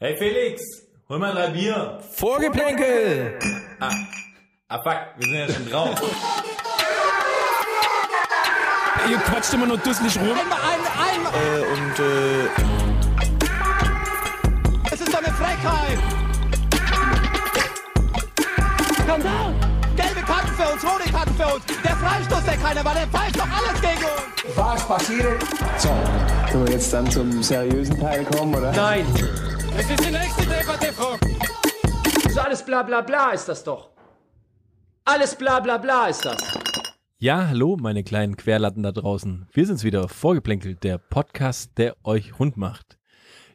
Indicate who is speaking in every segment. Speaker 1: Hey Felix, hol mal drei Bier.
Speaker 2: Vorgeplänkel!
Speaker 1: Ah, ah fuck, wir sind ja schon drauf.
Speaker 2: Ihr quatscht immer nur dusselig rum. Einmal, einmal, einmal!
Speaker 3: und äh,
Speaker 2: Es ist eine Frechheit! Skandal! Gelbe Karten für uns, rote Karten für uns! Der Freistoß, der keiner war, der pfeift doch alles gegen uns!
Speaker 4: Was passiert? So, können wir jetzt dann zum seriösen Teil kommen, oder?
Speaker 5: Nein,
Speaker 2: Es ist die nächste Debatte, Frau!
Speaker 5: so alles bla bla bla ist das doch. Alles bla bla bla ist das.
Speaker 6: Ja, hallo, meine kleinen Querlatten da draußen. Wir sind's wieder, Vorgeplänkelt, der Podcast, der euch rund macht.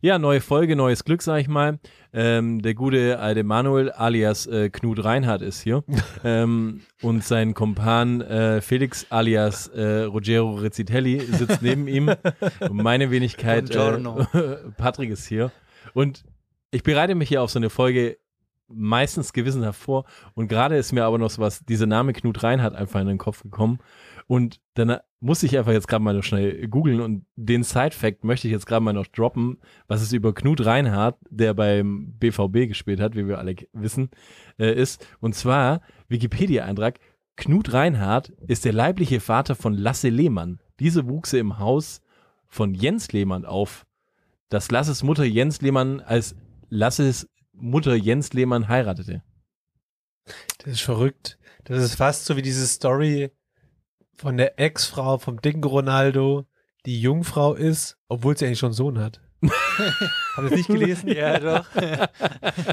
Speaker 6: Ja, neue Folge, neues Glück, sag ich mal. Ähm, der gute alte Manuel alias äh, Knut Reinhardt ist hier. ähm, und sein Kompan äh, Felix alias äh, Ruggero Rizzitelli sitzt neben ihm. Und meine Wenigkeit äh,
Speaker 3: Buongiorno.
Speaker 6: Patrick ist hier. Und ich bereite mich hier auf so eine Folge meistens gewissenhaft vor. Und gerade ist mir aber noch sowas, dieser Name Knut Reinhardt einfach in den Kopf gekommen. Und dann äh, muss ich einfach jetzt gerade mal noch schnell googeln und den Side-Fact möchte ich jetzt gerade mal noch droppen, was es über Knut Reinhardt, der beim BVB gespielt hat, wie wir alle k- wissen, äh, ist. Und zwar Wikipedia-Eintrag, Knut Reinhardt ist der leibliche Vater von Lasse Lehmann. Diese wuchs im Haus von Jens Lehmann auf dass Lasses Mutter Jens Lehmann als Lasses Mutter Jens Lehmann heiratete.
Speaker 7: Das ist verrückt. Das ist fast so wie diese Story von der Ex-Frau vom dicken Ronaldo, die Jungfrau ist, obwohl sie eigentlich schon einen Sohn hat. Habt ihr das nicht gelesen? Ja, doch.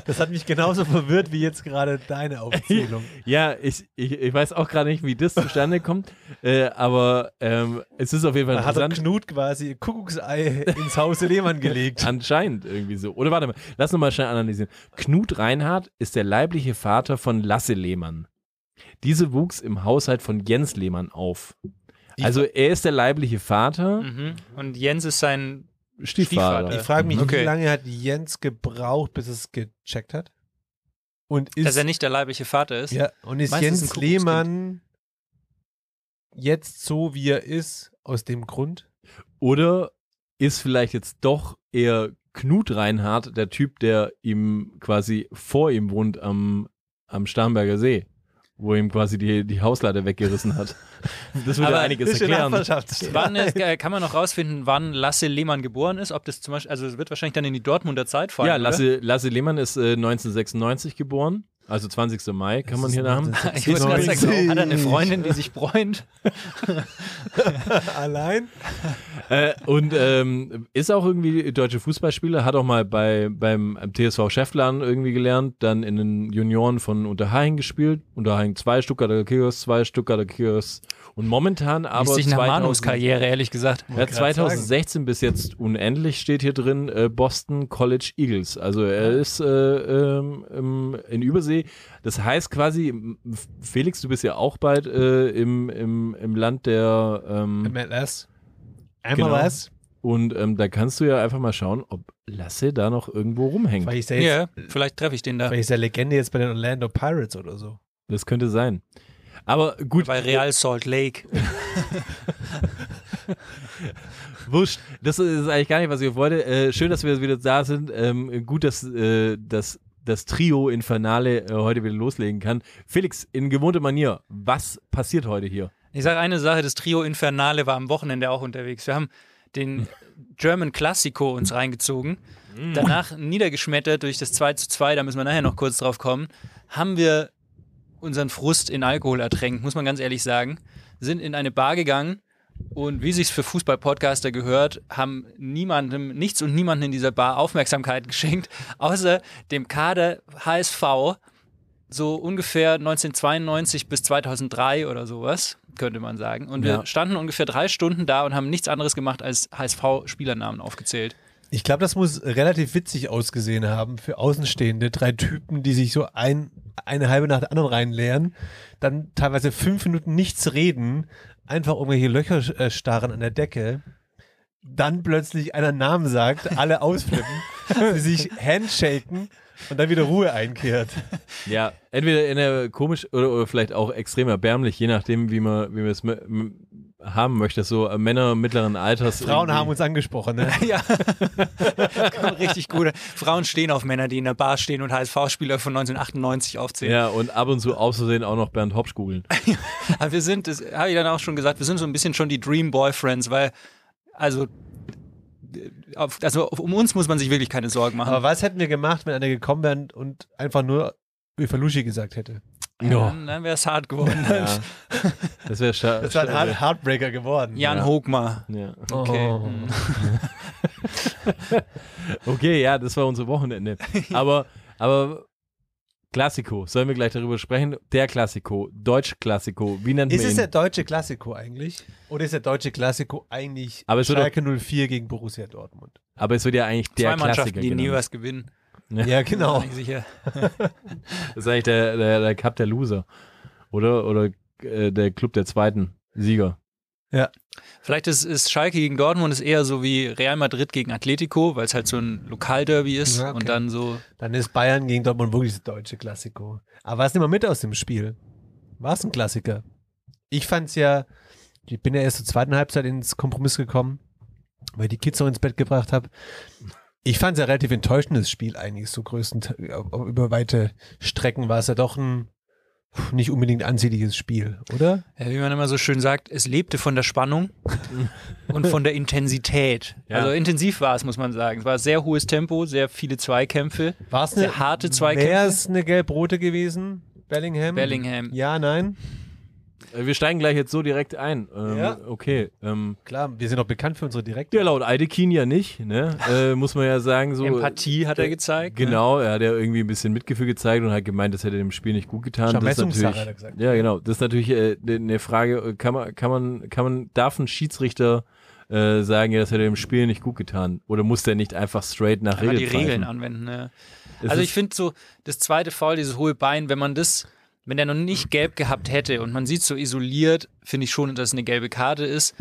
Speaker 7: Das hat mich genauso verwirrt wie jetzt gerade deine Aufzählung.
Speaker 6: Ja, ich, ich, ich weiß auch gerade nicht, wie das zustande kommt, äh, aber ähm, es ist auf jeden Fall
Speaker 7: Da hat er
Speaker 6: interessant.
Speaker 7: Knut quasi ein Kuckucksei ins Haus Lehmann gelegt.
Speaker 6: Anscheinend irgendwie so. Oder warte mal, lass uns mal schnell analysieren. Knut Reinhardt ist der leibliche Vater von Lasse Lehmann. Diese wuchs im Haushalt von Jens Lehmann auf. Also er ist der leibliche Vater,
Speaker 8: Mhm. Und Jens ist sein.
Speaker 6: Stiefvater.
Speaker 7: Mhm. Ich frage mich,
Speaker 3: Okay.
Speaker 7: wie lange hat Jens gebraucht, bis es gecheckt hat? Und ist
Speaker 8: Dass er nicht der leibliche Vater ist.
Speaker 7: Ja, und
Speaker 8: Meistens
Speaker 7: ist
Speaker 8: ein
Speaker 7: Jens
Speaker 8: Kuckuckskind.
Speaker 7: Lehmann jetzt so, wie er ist, aus dem Grund?
Speaker 6: Oder ist vielleicht jetzt doch eher Knut Reinhardt der Typ, der ihm quasi vor ihm wohnt am, am Starnberger See, wo ihm quasi die, die Hausleiter weggerissen hat. Das würde
Speaker 8: Aber
Speaker 6: einiges erklären.
Speaker 8: Wann ist, äh, kann man noch rausfinden, wann Lasse Lehmann geboren ist? Ob das zum Beispiel, also es wird wahrscheinlich dann in die Dortmunder Zeit fallen.
Speaker 6: Ja, Lasse, Lasse Lehmann ist äh, 1996 geboren, also 20. Mai kann man hier haben.
Speaker 8: Oder? Ich wollte gerade sagen, hat er eine Freundin, die sich bräunt?
Speaker 7: Allein?
Speaker 6: Äh, und ähm, ist auch irgendwie deutsche Fußballspieler, hat auch mal bei, beim TSV Schäfflern irgendwie gelernt, dann in den Junioren von Unterhaching gespielt, Unterhaching 2, Stuttgarter Kios 2, Stuttgarter Kios und momentan aber
Speaker 8: Liest sich nach
Speaker 6: 2000
Speaker 8: Manus Karriere, ehrlich gesagt.
Speaker 6: ja, 2016 bis jetzt unendlich steht hier drin äh, Boston College Eagles. Also er ist äh, ähm, ähm, in Übersee. Das heißt quasi, m- Felix, du bist ja auch bald äh, im, im, im Land der ähm,
Speaker 7: MLS.
Speaker 6: Genau.
Speaker 7: MLS?
Speaker 6: und ähm, da kannst du ja einfach mal schauen, ob Lasse da noch irgendwo rumhängt.
Speaker 7: Vielleicht ist er
Speaker 8: Ja,
Speaker 7: jetzt,
Speaker 8: vielleicht treffe ich den da.
Speaker 7: vielleicht ist er Legende jetzt bei den Orlando Pirates oder so.
Speaker 6: Das könnte sein. Aber gut,
Speaker 8: Bei Real Salt Lake.
Speaker 6: wurscht. Das ist eigentlich gar nicht, was ich wollte. Äh, schön, dass wir wieder da sind. Ähm, gut, dass, äh, dass das Trio Infernale äh, heute wieder loslegen kann. Felix, in gewohnter Manier, was passiert heute hier?
Speaker 8: Ich sage eine Sache, das Trio Infernale war am Wochenende auch unterwegs. Wir haben den German Classico uns reingezogen, danach niedergeschmettert durch das 2 zu 2, da müssen wir nachher noch kurz drauf kommen, haben wir unseren Frust in Alkohol ertränkt, muss man ganz ehrlich sagen, sind in eine Bar gegangen und wie sich's für Fußball-Podcaster gehört, haben niemandem, nichts und niemanden in dieser Bar Aufmerksamkeit geschenkt, außer dem Kader HSV, so ungefähr 1992 bis 2003 oder sowas, könnte man sagen. Und
Speaker 6: Ja.
Speaker 8: wir standen ungefähr drei Stunden da und haben nichts anderes gemacht als HSV-Spielernamen aufgezählt.
Speaker 7: Ich glaube, das muss relativ witzig ausgesehen haben für Außenstehende. Drei Typen, die sich so ein, eine halbe nach der anderen reinleeren, dann teilweise fünf Minuten nichts reden, einfach irgendwelche Löcher äh, starren an der Decke, dann plötzlich einer Namen sagt, alle ausflippen, sie sich handshaken und dann wieder Ruhe einkehrt.
Speaker 6: Ja, entweder in der komisch oder, oder vielleicht auch extrem erbärmlich, je nachdem, wie man, wie man es m- m- haben möchtest, so äh, Männer mittleren Alters.
Speaker 7: Frauen
Speaker 6: irgendwie.
Speaker 7: haben uns angesprochen, ne?
Speaker 8: Ja, Kommt richtig gut. Frauen stehen auf Männer, die in der Bar stehen und HSV-Spieler von 1998 aufzählen.
Speaker 6: Ja, und ab und zu aus Versehen auch noch Bernd Hopsch googeln.
Speaker 8: Aber wir sind, das habe ich dann auch schon gesagt, wir sind so ein bisschen schon die Dream Boyfriends, weil, also, äh, auf, also um uns muss man sich wirklich keine Sorgen machen.
Speaker 7: Aber was hätten wir gemacht, wenn einer gekommen wäre und einfach nur Öfalushi gesagt hätte?
Speaker 8: Dann, dann wäre es hart geworden.
Speaker 6: Ja. Das wäre schade.
Speaker 7: Das wäre ein Heart Heartbreaker geworden.
Speaker 8: Jan
Speaker 6: Ja.
Speaker 8: Hogmar.
Speaker 6: Ja.
Speaker 8: Okay.
Speaker 7: Oh.
Speaker 8: Mhm.
Speaker 6: Okay, ja, das war unser Wochenende. Aber, aber Klassiko, sollen wir gleich darüber sprechen? Der Klassiko, Deutsch-Klassiko, wie nennt
Speaker 7: Ist
Speaker 6: man
Speaker 7: es
Speaker 6: ihn?
Speaker 7: der deutsche Klassiko eigentlich? Oder ist der deutsche Klassiko eigentlich
Speaker 6: Aber es wird
Speaker 7: Schalke 04 gegen Borussia Dortmund?
Speaker 6: aber es wird ja eigentlich
Speaker 8: Zwei
Speaker 6: der
Speaker 8: Mannschaften,
Speaker 6: Klassiker genau.
Speaker 8: die nie
Speaker 6: genannt.
Speaker 8: was gewinnen.
Speaker 7: Ja, genau.
Speaker 8: Bin ich sicher.
Speaker 6: Das ist eigentlich der, der, der Cup der Loser. Oder, oder äh, der Club der zweiten Sieger.
Speaker 8: Vielleicht ist, ist Schalke gegen Dortmund ist eher so wie Real Madrid gegen Atletico, weil es halt so ein Lokalderby ist
Speaker 7: Ja, okay.
Speaker 8: und dann so.
Speaker 7: Dann ist Bayern gegen Dortmund wirklich das deutsche Klassiko. Aber was nehmen wir mit aus dem Spiel? War es ein Klassiker? Ich fand's ja, ich bin ja erst zur zweiten Halbzeit ins Kompromiss gekommen, weil ich die Kids noch ins Bett gebracht habe. Ich fand's ja relativ enttäuschendes Spiel eigentlich, so größten über weite Strecken war es ja doch ein puh, nicht unbedingt ansehnliches Spiel, oder?
Speaker 8: Ja, Wie man immer so schön sagt, es lebte von der Spannung und von der Intensität.
Speaker 6: Ja.
Speaker 8: Also intensiv war es, muss man sagen. Es war sehr hohes Tempo, sehr viele Zweikämpfe.
Speaker 7: War es
Speaker 8: Sehr
Speaker 7: eine
Speaker 8: harte Zweikämpfe.
Speaker 7: Wäre es eine gelb-rote gewesen? Bellingham?
Speaker 8: Bellingham.
Speaker 7: Ja, nein.
Speaker 6: Äh, Wir steigen gleich jetzt so direkt ein. Ähm,
Speaker 7: Ja.
Speaker 6: Okay. Ähm,
Speaker 7: Klar, wir sind auch bekannt für unsere direkte.
Speaker 6: ja, laut Aidekin ja nicht, ne? Äh, muss man ja sagen, so.
Speaker 8: Empathie hat er gezeigt. ne?
Speaker 6: Genau, er hat ja irgendwie ein bisschen Mitgefühl gezeigt und hat gemeint, das hätte dem Spiel nicht gut getan. Das ist
Speaker 7: Vermessungssache,
Speaker 6: natürlich,
Speaker 7: hat er gesagt.
Speaker 6: ja, genau. Das ist natürlich äh, ne- eine Frage, äh, kann man, kann man, kann man, darf ein Schiedsrichter äh, sagen, ja, das hätte dem Spiel nicht gut getan? Oder muss der nicht einfach straight nach
Speaker 8: Einfach
Speaker 6: Regeln
Speaker 8: die Regeln
Speaker 6: pfeifen?
Speaker 8: anwenden. Ne?
Speaker 6: Es
Speaker 8: Also
Speaker 6: ist-
Speaker 8: ich finde so, das zweite Foul, dieses hohe Bein, wenn man das, wenn der noch nicht gelb gehabt hätte und man sieht so isoliert, finde ich schon, dass es eine gelbe Karte ist.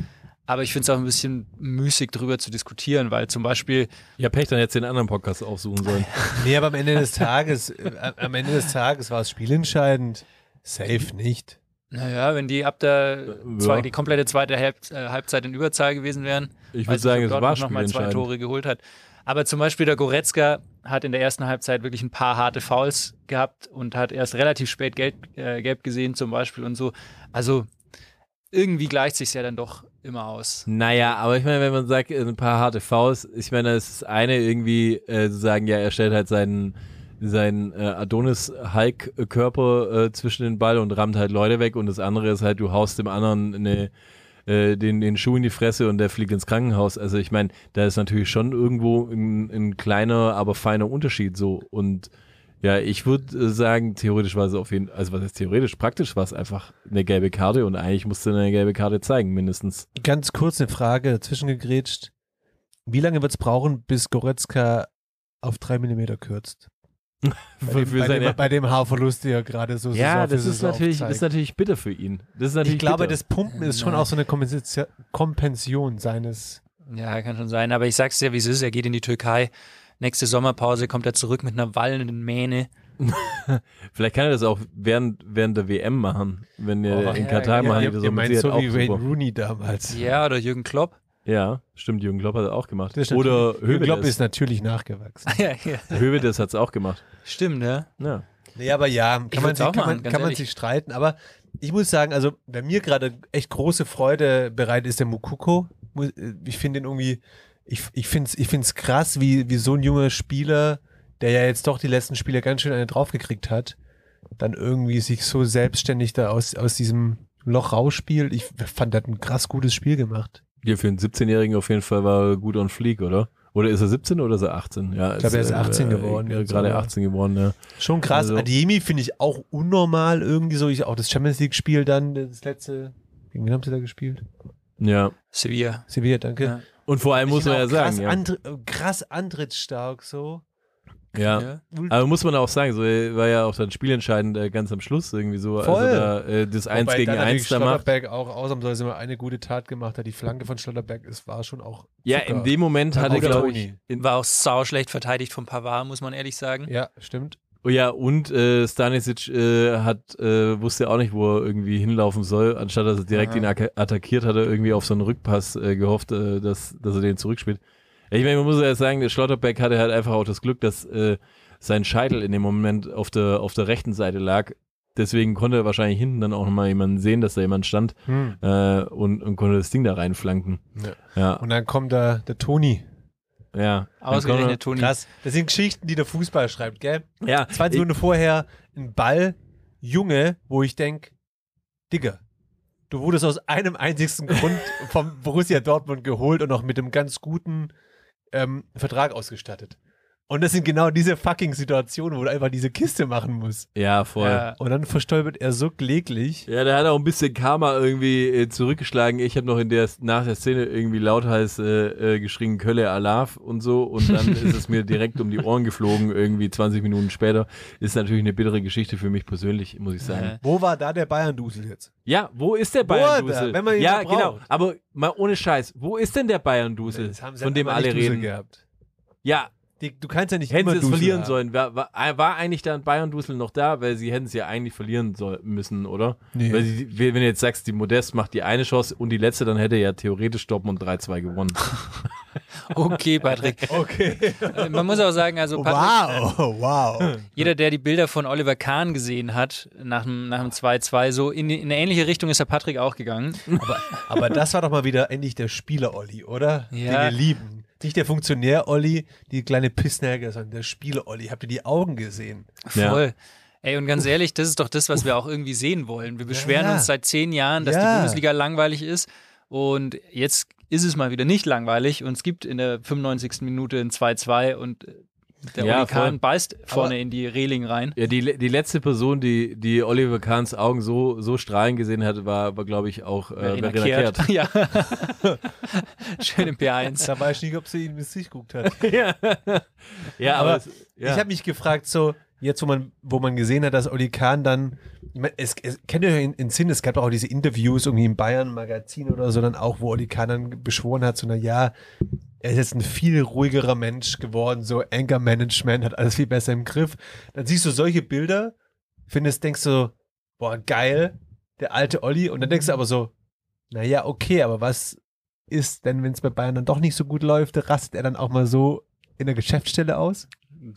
Speaker 8: Aber ich finde es auch ein bisschen müßig, drüber zu diskutieren, weil zum Beispiel,
Speaker 6: Ja, Pech, dann hättest du den anderen Podcast aufsuchen sollen.
Speaker 7: Nee, aber am Ende des Tages, äh, am Ende des Tages war es spielentscheidend. Safe nicht.
Speaker 8: naja, wenn die ab der
Speaker 6: Äh, ja.
Speaker 8: zwei, die komplette zweite Halb, äh, Halbzeit in Überzahl gewesen wären,
Speaker 6: Ich
Speaker 8: weil
Speaker 6: würde
Speaker 8: sich
Speaker 6: sagen,
Speaker 8: ja
Speaker 6: es
Speaker 8: Dortmund
Speaker 6: war
Speaker 8: noch mal zwei
Speaker 6: spielentscheidend.
Speaker 8: Tore geholt hat. Aber zum Beispiel der Goretzka hat in der ersten Halbzeit wirklich ein paar harte Fouls gehabt und hat erst relativ spät gelb, äh, gelb gesehen zum Beispiel und so. Also irgendwie gleicht sich ja dann doch immer aus.
Speaker 6: Naja, aber ich meine, wenn man sagt, äh, ein paar harte Faust, ich meine, das ist eine irgendwie äh, zu sagen, ja, er stellt halt seinen seinen äh, Adonis-Hulk-Körper äh, zwischen den Ball und rammt halt Leute weg und das andere ist halt, du haust dem anderen eine, äh, den, den Schuh in die Fresse und der fliegt ins Krankenhaus. Also ich meine, da ist natürlich schon irgendwo ein, ein kleiner, aber feiner Unterschied so und ja, ich würde äh, sagen, theoretisch war es auf jeden also was heißt theoretisch, praktisch war es einfach eine gelbe Karte und eigentlich musste eine gelbe Karte zeigen, mindestens.
Speaker 7: Ganz kurz eine Frage dazwischen gegrätscht. Wie lange wird es brauchen, bis Goretzka auf drei Millimeter kürzt? Bei dem,
Speaker 6: für
Speaker 7: bei
Speaker 6: seine-
Speaker 7: dem, bei dem Haarverlust, der gerade so
Speaker 6: Ja,
Speaker 7: Saison für
Speaker 6: das ist
Speaker 7: Saison
Speaker 6: natürlich, ist
Speaker 7: zeigt.
Speaker 6: natürlich bitter für ihn. Das ist natürlich
Speaker 7: Ich glaube,
Speaker 6: bitter.
Speaker 7: das Pumpen ist schon auch so eine Kompensi- Kompension seines.
Speaker 8: Ja, kann schon sein. Aber ich sag's dir, wie es ist. Er geht in die Türkei. Nächste Sommerpause kommt er zurück mit einer wallenden Mähne.
Speaker 6: Vielleicht kann er das auch während, während der WM machen, wenn er
Speaker 8: Oh,
Speaker 6: in
Speaker 8: ja,
Speaker 6: Katar
Speaker 8: ja,
Speaker 6: machen
Speaker 7: ihr,
Speaker 6: die das
Speaker 7: ihr
Speaker 6: auch
Speaker 7: meint
Speaker 6: mit
Speaker 7: so wie
Speaker 6: Sicherheit
Speaker 7: Wayne
Speaker 6: auch super.
Speaker 7: Rooney damals.
Speaker 8: Ja, oder Jürgen Klopp.
Speaker 6: Ja, stimmt, Jürgen Klopp hat es auch gemacht.
Speaker 7: Das ist
Speaker 6: Oder
Speaker 7: natürlich- Jürgen Klopp
Speaker 6: Höwedes.
Speaker 7: ist natürlich nachgewachsen.
Speaker 8: ja, ja.
Speaker 6: Höwedes hat es auch gemacht.
Speaker 8: Stimmt, ne? ja.
Speaker 6: Ja.
Speaker 7: Nee, aber ja, kann, man
Speaker 8: würd's
Speaker 7: sich,
Speaker 8: auch
Speaker 7: kann, man,
Speaker 8: machen, ganz
Speaker 7: kann man
Speaker 8: ehrlich.
Speaker 7: sich streiten. Aber ich muss sagen, also bei mir gerade echt große Freude bereit ist der Mukuko. Mu- äh, Ich finde ihn irgendwie, ich, ich finde es ich find's krass, wie, wie so ein junger Spieler, der ja jetzt doch die letzten Spiele ganz schön eine draufgekriegt hat, dann irgendwie sich so selbstständig da aus, aus diesem Loch rausspielt. Ich fand, der hat ein krass gutes Spiel gemacht.
Speaker 6: Hier für einen 17-Jährigen auf jeden Fall war er gut on fleek, oder? Oder ist er 17 oder ist er 18? Ja, ich
Speaker 7: glaube, er ist 18 geworden jetzt,
Speaker 6: äh, Gerade
Speaker 7: oder?
Speaker 6: 18 geworden, ja.
Speaker 7: Schon krass.
Speaker 6: Also-
Speaker 7: Adiemi finde ich auch unnormal irgendwie so. Ich, auch das Champions League-Spiel dann, das letzte. Gegen wen haben sie da gespielt?
Speaker 6: Ja.
Speaker 8: Sevilla.
Speaker 7: Sevilla, danke.
Speaker 8: Ja.
Speaker 6: Und vor allem muss
Speaker 7: Ich
Speaker 6: man
Speaker 7: bin
Speaker 6: ja
Speaker 7: auch krass
Speaker 6: sagen, ja.
Speaker 7: antri- äh, krass antrittsstark so.
Speaker 6: ja.
Speaker 8: Ja.
Speaker 6: Aber muss man auch sagen, so äh, war ja auch dann spielentscheidend äh, ganz am Schluss irgendwie so.
Speaker 7: Voll.
Speaker 6: Also da, äh, das 1 gegen 1 da macht.
Speaker 7: Schlotterberg auch ausnahmsweise mal eine gute Tat gemacht hat. Die Flanke von Schlotterberg, es war schon auch
Speaker 6: Ja,
Speaker 7: Zucker.
Speaker 6: in dem Moment
Speaker 7: Ja,
Speaker 6: hatte,
Speaker 7: oder
Speaker 6: glaube
Speaker 7: Toni.
Speaker 6: ich, in,
Speaker 8: War auch sau schlecht verteidigt von Pavard, muss man ehrlich sagen.
Speaker 7: Ja, stimmt.
Speaker 6: Oh ja, und äh, Stanisic äh, hat, äh, wusste auch nicht, wo er irgendwie hinlaufen soll. Anstatt dass er direkt ihn ak- attackiert, hat er irgendwie auf so einen Rückpass äh, gehofft, äh, dass, dass er den zurückspielt. Ja, Ich meine, man muss ja sagen, der Schlotterbeck hatte halt einfach auch das Glück, dass äh, sein Scheitel in dem Moment auf der, auf der rechten Seite lag. Deswegen konnte er wahrscheinlich hinten dann auch nochmal jemanden sehen, dass da jemand stand
Speaker 7: Hm.
Speaker 6: äh, und, und konnte das Ding da reinflanken. Ja,
Speaker 7: Und dann kommt da der Toni.
Speaker 6: ja. ja.
Speaker 8: Ausgerechnet Toni.
Speaker 7: Krass. Das sind Geschichten, die der Fußball schreibt, gell?
Speaker 6: Ja,
Speaker 7: 20 Minuten vorher ein Ball, Junge, wo ich denke, Digga, du wurdest aus einem einzigsten Grund vom Borussia Dortmund geholt und noch mit einem ganz guten ähm, Vertrag ausgestattet. Und das sind genau diese fucking Situationen, wo du einfach diese Kiste machen musst.
Speaker 6: ja, voll.
Speaker 8: Ja.
Speaker 7: Und dann verstolpert er so kläglich.
Speaker 6: Ja, der hat auch ein bisschen Karma irgendwie äh, zurückgeschlagen. Ich habe noch in der nach der Szene irgendwie lauthals äh, äh, geschrien Kölle Alaf und so und dann ist es mir direkt um die Ohren geflogen irgendwie 20 Minuten später. Ist natürlich eine bittere Geschichte für mich persönlich, muss ich sagen.
Speaker 8: Ja.
Speaker 7: Wo war da der Bayern-Dusel jetzt?
Speaker 6: Ja, wo ist der
Speaker 7: Äh. Wo er
Speaker 6: Bayern
Speaker 7: da,
Speaker 6: Dusel?
Speaker 7: wenn man ihn
Speaker 6: ja,
Speaker 7: noch braucht.
Speaker 6: genau, aber mal ohne Scheiß, wo ist denn der Bayern Dusel,
Speaker 7: Das haben sie
Speaker 6: von
Speaker 7: ja
Speaker 6: dem
Speaker 7: einfach nicht
Speaker 6: alle
Speaker 7: Dusel
Speaker 6: reden?
Speaker 7: Gehabt.
Speaker 6: Ja,
Speaker 7: Die, du kannst ja nicht
Speaker 6: hätten
Speaker 7: immer
Speaker 6: sie es
Speaker 7: Dusel
Speaker 6: verlieren
Speaker 7: haben.
Speaker 6: sollen. War, war, war eigentlich dann Bayern Dusel noch da, weil sie hätten es ja eigentlich verlieren soll, müssen, oder?
Speaker 7: Nee.
Speaker 6: Weil sie, wenn du jetzt sagst, die Modest macht die eine Chance und die letzte, dann hätte er ja theoretisch Dortmund 3-2 gewonnen.
Speaker 8: Okay, Patrick.
Speaker 7: Oh. Okay.
Speaker 8: Man muss auch sagen, also Patrick,
Speaker 7: Wow, wow.
Speaker 8: jeder, der die Bilder von Oliver Kahn gesehen hat, nach dem, nach dem 2-2, so in, die- in eine ähnliche Richtung ist der Patrick auch gegangen.
Speaker 7: Aber, aber das war doch mal wieder endlich der Spieler-Olli, oder? Den
Speaker 8: Ja.
Speaker 7: wir lieben. Nicht der Funktionär-Olli, die kleine Pissnäger, sondern der Spieler-Olli. Habt ihr die Augen gesehen?
Speaker 8: Voll. Ey, und ganz ehrlich, das ist doch das, was wir auch irgendwie sehen wollen. Wir beschweren
Speaker 7: ja.
Speaker 8: uns seit zehn Jahren, dass
Speaker 7: Ja.
Speaker 8: die Bundesliga langweilig ist. Und jetzt ist es mal wieder nicht langweilig. Und es gibt in der 95. Minute ein 2-2 und der
Speaker 6: Ja,
Speaker 8: Oli Kahn
Speaker 6: voll.
Speaker 8: beißt vorne in die Reling rein.
Speaker 6: Ja, die, le- die letzte Person, die, die Oliver Kahns Augen so, so strahlen gesehen hat, war, war glaube ich, auch äh, Verena Kehrt.
Speaker 8: Ja. Schön im P1.
Speaker 7: Da weiß ich nicht, ob sie ihn mit sich geguckt hat.
Speaker 6: Ja, aber,
Speaker 7: Aber
Speaker 6: es, ja.
Speaker 7: Ich habe mich gefragt, so, jetzt, wo man, wo man gesehen hat, dass Olli Kahn dann. Ich mein, es, es, kennt ihr euch in, in Sinn, es gab auch diese Interviews irgendwie im Bayern-Magazin oder so, dann auch, wo Olli Kahn dann beschworen hat, so, na ja, er ist jetzt ein viel ruhigerer Mensch geworden, so Anger-Management, hat alles viel besser im Griff. Dann siehst du solche Bilder, findest, denkst du, boah, geil, der alte Olli, und dann denkst du aber so, naja, okay, aber was ist denn, wenn es bei Bayern dann doch nicht so gut läuft, rastet er dann auch mal so in der Geschäftsstelle aus?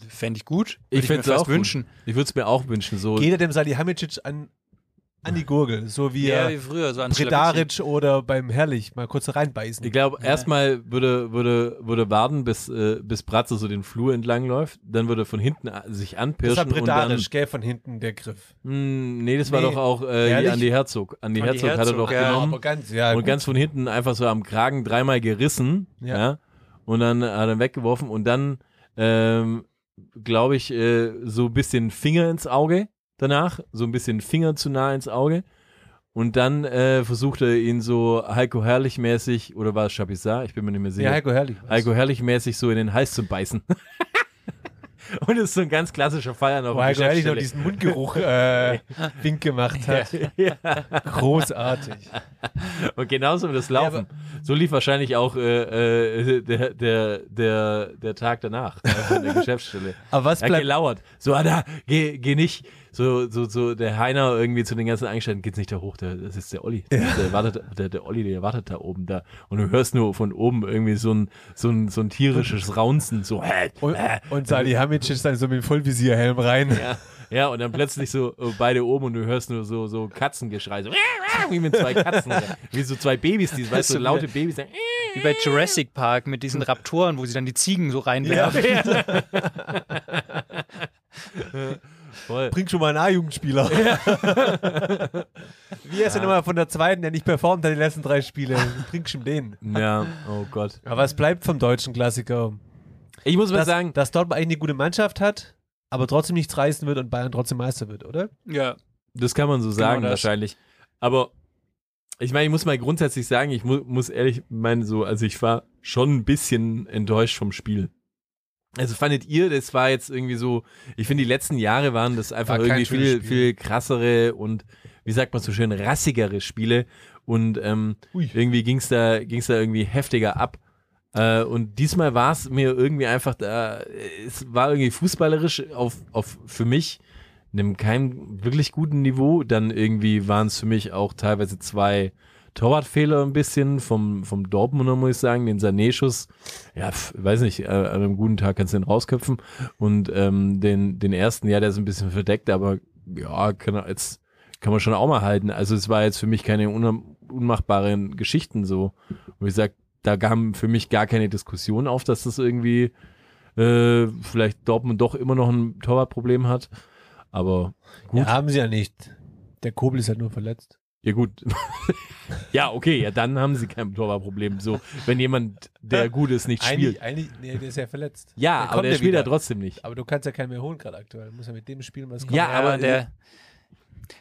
Speaker 8: Fände ich gut. Würde
Speaker 6: Ich
Speaker 8: mir
Speaker 6: find's
Speaker 8: fast
Speaker 6: auch gut.
Speaker 8: wünschen.
Speaker 6: ich würde es mir auch wünschen. So,
Speaker 7: Geht er dem Salihamidzic an, an die Gurgel, so wie
Speaker 8: Ja,
Speaker 7: er
Speaker 8: wie früher, so an
Speaker 7: Bredaric oder beim Herrlich mal kurz reinbeißen.
Speaker 6: Ich glaube, erstmal würde, würde, würde warten, bis, äh, bis Bratze so den Flur entlang läuft. Dann würde von hinten a- sich
Speaker 7: das war
Speaker 6: anpirschen. und dann,
Speaker 7: Bredaric, gell, von hinten der Griff.
Speaker 6: mh, Hm, nee, das war
Speaker 7: Nee.
Speaker 6: doch auch äh, die
Speaker 7: Ehrlich?
Speaker 6: Andi Herzog. Andi
Speaker 8: Andi
Speaker 6: Herzog, hat er
Speaker 8: Herzog,
Speaker 6: doch
Speaker 8: ja,
Speaker 6: genommen.
Speaker 7: aber ganz, ja.
Speaker 6: und ganz von hinten einfach so am Kragen dreimal gerissen. Ja.
Speaker 7: Ja.
Speaker 6: und dann hat er weggeworfen. Und dann, ähm, glaube ich, äh, so ein bisschen Finger ins Auge danach. So ein bisschen Finger zu nah ins Auge. Und dann äh, versucht er ihn so Heiko Herrlich-mäßig, oder war es Chapisar? Ich bin mir nicht mehr sicher.
Speaker 7: ja, Heiko Herrlich.
Speaker 6: Heiko Herrlich-mäßig so in den Hals zu beißen. Und das ist so ein ganz klassischer Feier noch.
Speaker 7: Wo Heiko Herrlich noch diesen Mundgeruch äh, wink gemacht hat. Großartig.
Speaker 6: Und genauso wird das Laufen. so lief wahrscheinlich auch äh, äh, der, der, der, der Tag danach also an der Geschäftsstelle.
Speaker 7: Aber was
Speaker 6: Er hat
Speaker 7: bleibt,
Speaker 6: gelauert. So, Anna, geh, geh nicht. So, so, so, der Heiner irgendwie zu den ganzen Angestellten, geht's nicht da hoch, der, das ist der Olli. Der, wartet, der, der Olli, der wartet da oben da. Und du hörst nur von oben irgendwie so ein, so ein, so ein tierisches Raunzen, so, hä,
Speaker 7: und, und Salihamidzic ist dann so mit dem Vollvisierhelm rein.
Speaker 6: Ja, und dann plötzlich so äh, beide oben und du hörst nur so, so Katzengeschrei, so wie mit zwei Katzen, wie so zwei Babys, die, weißt du, laute Babys.
Speaker 8: Wie bei Jurassic Park mit diesen Raptoren, wo sie dann die Ziegen so reinwerfen.
Speaker 6: Voll.
Speaker 7: Bringt schon mal einen A-Jugendspieler. Wie ist er nochmal von der zweiten, der nicht performt hat die letzten drei Spiele? Bringt schon den.
Speaker 6: Ja, oh Gott.
Speaker 7: Aber es bleibt vom deutschen Klassiker. um.
Speaker 6: Ich muss mal
Speaker 7: Dass,
Speaker 6: sagen,
Speaker 7: dass Dortmund eigentlich eine gute Mannschaft hat, aber trotzdem nichts reißen wird und Bayern trotzdem Meister wird, oder?
Speaker 8: Ja.
Speaker 6: Genau das kann man so sagen
Speaker 8: das.
Speaker 6: wahrscheinlich. Aber ich meine, ich muss mal grundsätzlich sagen, ich mu muss ehrlich meinen, so, also ich war schon ein bisschen enttäuscht vom Spiel. Also fandet ihr, das war jetzt irgendwie so, ich finde die letzten Jahre waren das einfach
Speaker 7: War kein
Speaker 6: irgendwie
Speaker 7: schönes
Speaker 6: viel,
Speaker 7: Spiel.
Speaker 6: viel krassere und wie sagt man so schön, rassigere Spiele und ähm,
Speaker 7: Ui.
Speaker 6: irgendwie ging's da, ging's da irgendwie heftiger ab. Äh, und diesmal war es mir irgendwie einfach, da, es war irgendwie fußballerisch auf, auf für mich einem keinem wirklich guten Niveau. Dann irgendwie waren es für mich auch teilweise zwei Torwartfehler ein bisschen vom, vom Dortmunder, muss ich sagen. Den Sané-Schuss, ja, pf, weiß nicht, äh, an einem guten Tag kannst du den rausköpfen. Und ähm, den, den ersten, ja, der ist ein bisschen verdeckt, aber ja, kann, er- jetzt kann man schon auch mal halten. Also es war jetzt für mich keine un unmachbaren Geschichten so. Und ich sag, da kam für mich gar keine Diskussion auf, dass das irgendwie äh, vielleicht Dortmund doch immer noch ein Torwartproblem hat. Aber gut.
Speaker 7: Ja, haben sie ja nicht. Der Kobel ist halt nur verletzt.
Speaker 6: Ja, gut. ja, okay, ja, dann haben sie kein Torwartproblem. So, wenn jemand, der gut ist, nicht spielt.
Speaker 7: Eigentlich, eigentlich, nee, der ist ja verletzt.
Speaker 6: Ja,
Speaker 7: kommt
Speaker 6: aber der spielt ja
Speaker 7: wieder.
Speaker 6: trotzdem nicht.
Speaker 7: Aber du kannst ja keinen mehr holen gerade aktuell. Du musst ja mit dem spielen, was kommt.
Speaker 6: Ja,
Speaker 8: Ja,
Speaker 6: aber
Speaker 8: aber der,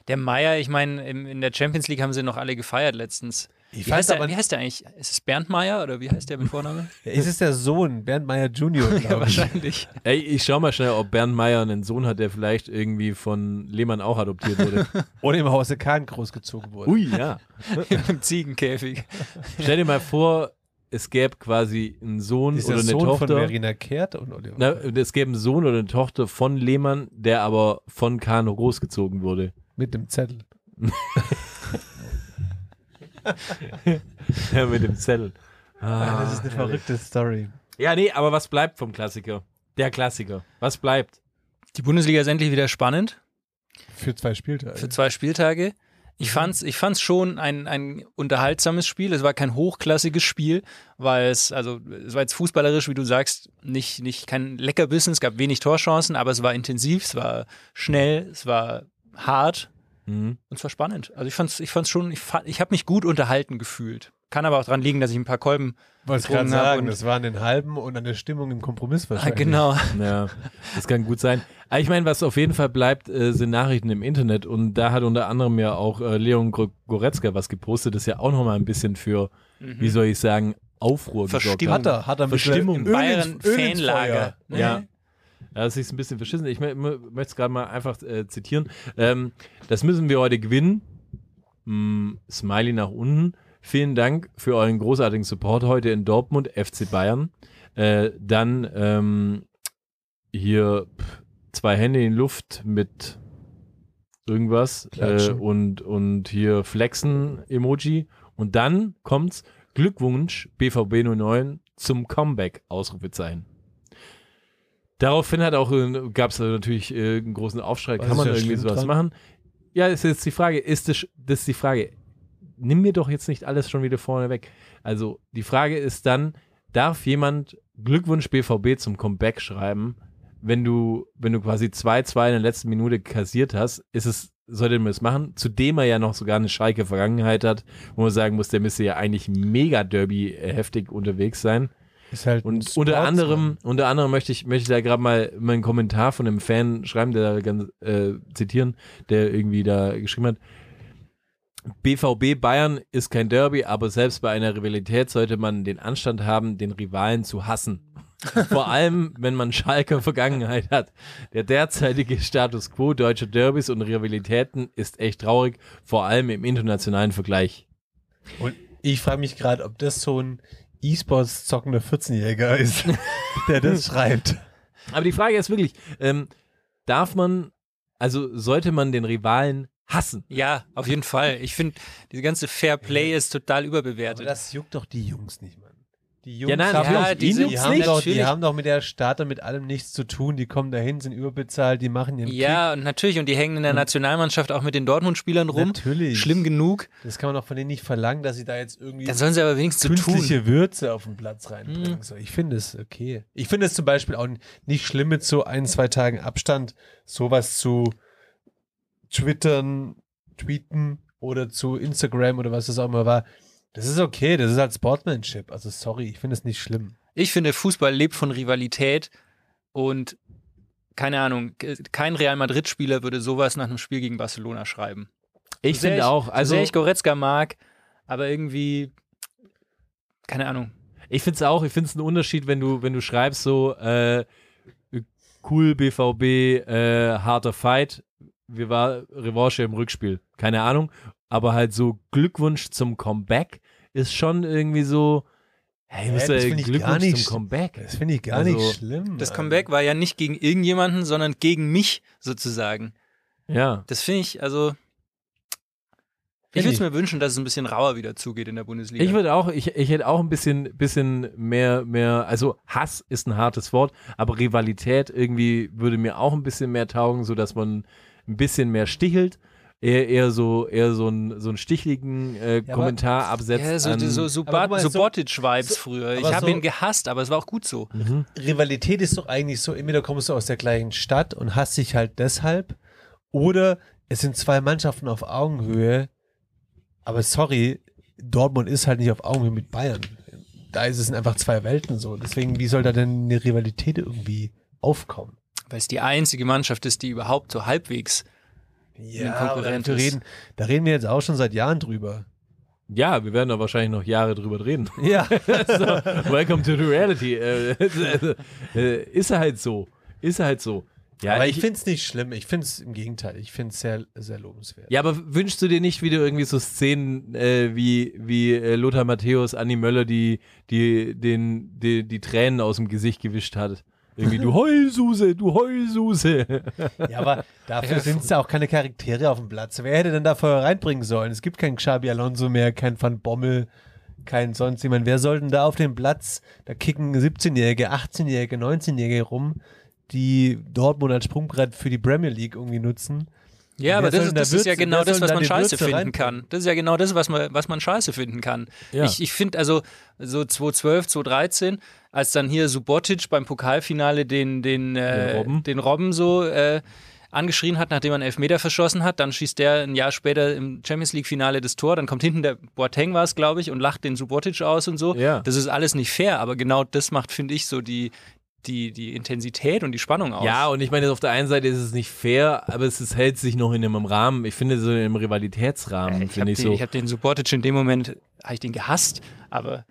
Speaker 8: der Meier, ich meine, im- in der Champions League haben sie noch alle gefeiert letztens.
Speaker 7: Ich
Speaker 8: Wie
Speaker 7: weiß
Speaker 8: heißt, der,
Speaker 7: aber-
Speaker 8: wie heißt der eigentlich? Ist es Bernd Meier oder wie heißt der mit Vorname?
Speaker 7: Es ist der Sohn, Bernd Meyer Junior,
Speaker 8: ja,
Speaker 7: glaube ich.
Speaker 8: wahrscheinlich.
Speaker 6: Ey, ich schau mal schnell, ob Bernd Meyer einen Sohn hat, der vielleicht irgendwie von Lehmann auch adoptiert wurde.
Speaker 7: Oder im Hause Kahn großgezogen wurde.
Speaker 6: Ui, ja.
Speaker 8: Im Ziegenkäfig.
Speaker 6: Stell dir mal vor, es gäbe quasi einen Sohn
Speaker 7: ist
Speaker 6: oder
Speaker 7: der
Speaker 6: eine
Speaker 7: Sohn von
Speaker 6: Tochter.
Speaker 7: Verena Kehrt und Oliver.
Speaker 6: Na, es gäbe einen Sohn oder eine Tochter von Lehmann, der aber von Kahn großgezogen wurde.
Speaker 7: mit dem Zettel.
Speaker 6: Ja, mit dem Zettel. Ah,
Speaker 7: das ist
Speaker 6: herrlich.
Speaker 7: eine verrückte Story.
Speaker 6: Ja, nee, aber was bleibt vom Klassiker? Der Klassiker. Was bleibt?
Speaker 8: Die Bundesliga ist endlich wieder spannend
Speaker 7: Für zwei Spieltage.
Speaker 8: für zwei Spieltage.
Speaker 7: Mhm.
Speaker 8: Ich fand's, ich fand's schon ein, ein unterhaltsames Spiel. Es war kein hochklassiges Spiel, weil es, also es war jetzt fußballerisch, wie du sagst, nicht, nicht kein Leckerbissen, es gab wenig Torchancen, aber es war intensiv, es war schnell, es war hart,
Speaker 7: Mhm.
Speaker 8: Und zwar spannend. Also ich fand's, ich fand's schon, ich, fand, ich habe mich gut unterhalten gefühlt. Kann aber auch dran liegen, dass ich ein paar Kolben
Speaker 7: Wollte
Speaker 8: getrunken
Speaker 7: gerade
Speaker 8: hab
Speaker 7: sagen,
Speaker 8: und-
Speaker 7: das war an den halben und an der Stimmung im Kompromiss
Speaker 8: Ah,
Speaker 7: wahrscheinlich.
Speaker 8: genau.
Speaker 6: Ja, das kann gut sein. Aber ich meine, was auf jeden Fall bleibt, äh, sind Nachrichten im Internet. Und da hat unter anderem ja auch äh, Leon Gro- Goretzka was gepostet, das ja auch nochmal ein bisschen für, wie soll ich sagen, Aufruhr gesorgt
Speaker 8: Verstimmung.
Speaker 6: hat.
Speaker 7: Hat er, hat er mit
Speaker 6: Verstimmung.
Speaker 7: Öl ins-
Speaker 8: Bayern
Speaker 7: Öl ins
Speaker 8: Fanlager.
Speaker 7: Feuer.
Speaker 6: Ja. Ja, das ist ein bisschen verschissen. Ich mö- mö- möchte es gerade mal einfach äh, zitieren. Ähm, das müssen wir heute gewinnen. Mm, Smiley nach unten. Vielen Dank für euren großartigen Support heute in Dortmund, FC Bayern. Äh, dann ähm, hier pff, zwei Hände in Luft mit irgendwas äh,
Speaker 7: Klatschen.
Speaker 6: und, und hier Flexen-Emoji. Und dann kommt's Glückwunsch BVB 09 zum Comeback, Ausrufezeichen. Daraufhin hat auch gab es natürlich äh, einen großen Aufschrei.
Speaker 7: Was
Speaker 6: Kann
Speaker 7: ist
Speaker 6: man
Speaker 7: ja
Speaker 6: irgendwie
Speaker 7: schlimm
Speaker 6: sowas
Speaker 7: dran?
Speaker 6: machen? Ja, ist jetzt die Frage. Ist das, das ist die Frage. Nimm mir doch jetzt nicht alles schon wieder vorne weg. Also die Frage ist dann, darf jemand Glückwunsch BVB zum Comeback schreiben, wenn du, wenn du quasi 2-2 in der letzten Minute kassiert hast, ist es, sollte man es machen, zudem er ja noch sogar eine Schalke Vergangenheit hat, wo man sagen muss, der müsste ja eigentlich mega derby äh, heftig unterwegs sein.
Speaker 7: Ist halt ein
Speaker 6: Und unter
Speaker 7: Sportsmann.
Speaker 6: anderem, unter anderem möchte ich, möchte ich da gerade mal meinen Kommentar von einem Fan schreiben, der da ganz, äh, zitieren, der irgendwie da geschrieben hat. BVB Bayern ist kein Derby, aber selbst bei einer Rivalität sollte man den Anstand haben, den Rivalen zu hassen. Vor allem, wenn man Schalker Vergangenheit hat. Der derzeitige Status quo deutscher Derbys und Rivalitäten ist echt traurig, vor allem im internationalen Vergleich.
Speaker 7: Und ich frage mich gerade, ob das so ein E-Sports zockender 14-Jähriger ist, der das schreibt.
Speaker 6: Aber die Frage ist wirklich, ähm, darf man, also sollte man den Rivalen hassen?
Speaker 8: Ja, auf jeden Fall. Ich finde, diese ganze Fair Play ist total überbewertet.
Speaker 7: das juckt doch die Jungs nicht, Mann. Die Jungs
Speaker 6: Ja, nein,
Speaker 7: haben,
Speaker 6: ja,
Speaker 7: doch,
Speaker 8: die
Speaker 7: die,
Speaker 8: sind-
Speaker 7: haben
Speaker 8: nicht.
Speaker 7: doch, die
Speaker 8: Natürlich.
Speaker 7: haben doch mit der Starter mit allem nichts zu tun. Die kommen dahin, sind überbezahlt, die machen ihren
Speaker 8: ja, und natürlich. Und die hängen in der Nationalmannschaft auch mit den Dortmund-Spielern rum.
Speaker 7: Natürlich.
Speaker 8: Schlimm genug.
Speaker 7: Kick. Das kann man doch von denen nicht verlangen, dass sie da jetzt irgendwie
Speaker 8: Dann sollen sie aber wenigstens zu tun. Mhm.
Speaker 7: künstliche Würze auf den Platz reinbringen. So, ich finde es okay. Ich finde es zum Beispiel auch nicht schlimm, mit so ein, zwei Tagen Abstand sowas zu twittern, tweeten oder zu Instagram oder was das auch immer war. Das ist okay, das ist halt Sportsmanship. Also sorry, ich finde es nicht schlimm.
Speaker 8: Ich finde, Fußball lebt von Rivalität und keine Ahnung, kein Real Madrid-Spieler würde sowas nach einem Spiel gegen Barcelona schreiben.
Speaker 6: Ich
Speaker 8: sehr
Speaker 6: finde auch,
Speaker 8: so
Speaker 6: also
Speaker 8: sehr ich Goretzka mag, aber irgendwie, keine Ahnung.
Speaker 6: ich finde es auch, ich finde es einen Unterschied, wenn du, wenn du schreibst so, äh, cool BVB, äh, harter Fight, wir war Revanche im Rückspiel, keine Ahnung, aber halt so Glückwunsch zum Comeback ist schon irgendwie so, hä, Hey, Mr.
Speaker 7: das finde ich gar
Speaker 6: Glückwunsch
Speaker 7: nicht
Speaker 6: zum
Speaker 7: sch-
Speaker 6: Comeback.
Speaker 7: Das finde ich gar
Speaker 6: Also,
Speaker 7: nicht schlimm.
Speaker 8: Das
Speaker 7: Alter.
Speaker 8: Comeback war ja nicht gegen irgendjemanden, sondern gegen mich sozusagen.
Speaker 6: Ja.
Speaker 8: Das finde ich, also. Ich
Speaker 6: Find
Speaker 8: würde
Speaker 6: ich.
Speaker 8: es mir wünschen, dass es ein bisschen rauer wieder zugeht in der Bundesliga.
Speaker 6: Ich würde auch, ich, ich hätte auch ein bisschen, bisschen mehr, mehr, also Hass ist ein hartes Wort, aber Rivalität irgendwie würde mir auch ein bisschen mehr taugen, so dass man ein bisschen mehr stichelt, eher, eher so, eher so einen, so einen stichligen äh,
Speaker 7: aber-
Speaker 6: Kommentar absetzt.
Speaker 8: ja, so,
Speaker 6: an,
Speaker 8: so, so,
Speaker 7: Aber guck mal, so-
Speaker 8: Subotic-Vibes früher. Ich
Speaker 7: aber
Speaker 8: habe
Speaker 7: so-
Speaker 8: ihn gehasst, aber es war auch gut so.
Speaker 7: Rivalität ist doch eigentlich so, entweder kommst du aus der gleichen Stadt und hasst dich halt deshalb, oder es sind zwei Mannschaften auf Augenhöhe, aber sorry, Dortmund ist halt nicht auf Augenhöhe mit Bayern. Da ist es sind einfach zwei Welten so. Deswegen, wie soll da denn eine Rivalität irgendwie aufkommen?
Speaker 8: Weil es die einzige Mannschaft ist, die überhaupt so halbwegs.
Speaker 7: Ja, aber
Speaker 8: Konkurrent
Speaker 7: da
Speaker 8: ist.
Speaker 7: reden, da reden wir jetzt auch schon seit Jahren drüber.
Speaker 6: ja, wir werden da wahrscheinlich noch Jahre drüber reden.
Speaker 7: Ja,
Speaker 6: so, welcome to the reality. Äh, also, äh, ist halt so. Ist halt so. Ja,
Speaker 7: aber ich finde es nicht schlimm. Ich finde es im Gegenteil. Ich finde es sehr, sehr lobenswert.
Speaker 6: Ja, aber wünschst du dir nicht wieder irgendwie so Szenen äh, wie, wie äh, Lothar Matthäus, Anni Möller, die, die, den, die, die Tränen aus dem Gesicht gewischt hat? Irgendwie, du Heulsuse, du Heulsuse.
Speaker 7: Ja, aber dafür sind es ja auch keine Charaktere auf dem Platz. Wer hätte denn da vorher reinbringen sollen? Es gibt keinen Xabi Alonso mehr, keinen Van Bommel, keinen sonst jemand. Wer soll denn da auf dem Platz? Da kicken 17-Jährige, 18-Jährige, 19-Jährige rum, die Dortmund als Sprungbrett für die Premier League irgendwie nutzen.
Speaker 8: Ja, aber
Speaker 7: Wer
Speaker 8: das,
Speaker 7: soll denn
Speaker 8: ist-
Speaker 7: da
Speaker 8: das ist ja
Speaker 7: Würze-
Speaker 8: genau
Speaker 7: wer
Speaker 8: das,
Speaker 7: soll
Speaker 8: was
Speaker 7: denn
Speaker 8: man
Speaker 7: da die
Speaker 8: scheiße
Speaker 7: Würze
Speaker 8: finden
Speaker 7: reinbringen?
Speaker 8: kann. Das ist ja genau das, was man, was man scheiße finden kann.
Speaker 6: Ja.
Speaker 8: Ich, ich finde also so 2012, 2013, als dann hier Subotic beim Pokalfinale den, den, äh,
Speaker 6: Den
Speaker 8: den,
Speaker 6: Robben.
Speaker 8: Robben. so äh, angeschrien hat, nachdem er einen Elfmeter verschossen hat, dann schießt der ein Jahr später im Champions League-Finale das Tor, dann kommt hinten der Boateng war es, glaube ich, und lacht den Subotic aus und so.
Speaker 6: Ja.
Speaker 8: Das ist alles nicht fair, aber genau das macht, finde ich, so die, die, die Intensität und die Spannung aus.
Speaker 6: Ja, und ich meine, auf der einen Seite ist es nicht fair, aber es ist, hält sich noch in einem Rahmen. Ich finde, so im Rivalitätsrahmen,
Speaker 8: Ich habe
Speaker 6: Hm, finde ich
Speaker 8: den,
Speaker 6: so.
Speaker 8: ich hab den Subotic in dem Moment, habe ich den gehasst, aber,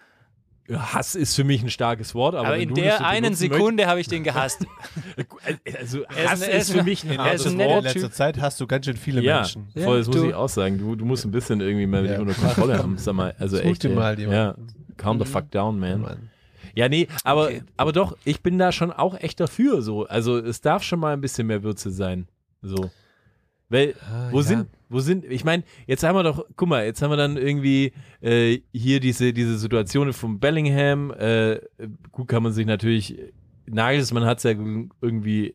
Speaker 6: Hass ist für mich ein starkes Wort, aber,
Speaker 8: aber
Speaker 6: wenn
Speaker 8: in
Speaker 6: du das
Speaker 8: der
Speaker 6: so
Speaker 8: einen
Speaker 6: benutzen
Speaker 8: Sekunde habe ich den gehasst.
Speaker 6: möchtest- Also,
Speaker 8: ist
Speaker 6: Hass
Speaker 8: ein-
Speaker 6: ist,
Speaker 8: er ist
Speaker 6: für
Speaker 8: ein-
Speaker 6: mich ein
Speaker 8: er
Speaker 6: hartes
Speaker 8: ist ein
Speaker 7: In
Speaker 8: netter
Speaker 6: Wort.
Speaker 7: letzter Zeit hast du ganz schön viele
Speaker 6: Ja,
Speaker 7: Menschen.
Speaker 6: voll, das muss
Speaker 8: du-
Speaker 6: ich auch sagen. Du, du musst ein bisschen irgendwie mal wieder unter Kontrolle haben. Sag mal, also
Speaker 7: Such
Speaker 6: echt.
Speaker 7: dir
Speaker 6: ey.
Speaker 7: mal jemanden.
Speaker 6: Ja, calm the fuck down, man.
Speaker 7: Mann.
Speaker 6: Ja, nee, aber,
Speaker 8: Okay.
Speaker 6: aber doch, ich bin da schon auch echt dafür. So. Also es darf schon mal ein bisschen mehr Würze sein. So. Weil,
Speaker 7: Ah,
Speaker 6: wo
Speaker 7: ja.
Speaker 6: sind, wo sind, ich meine, jetzt haben wir doch, guck mal, jetzt haben wir dann irgendwie äh, hier diese, diese Situation von Bellingham. Äh, gut kann man sich natürlich, Nagelsmann hat es ja irgendwie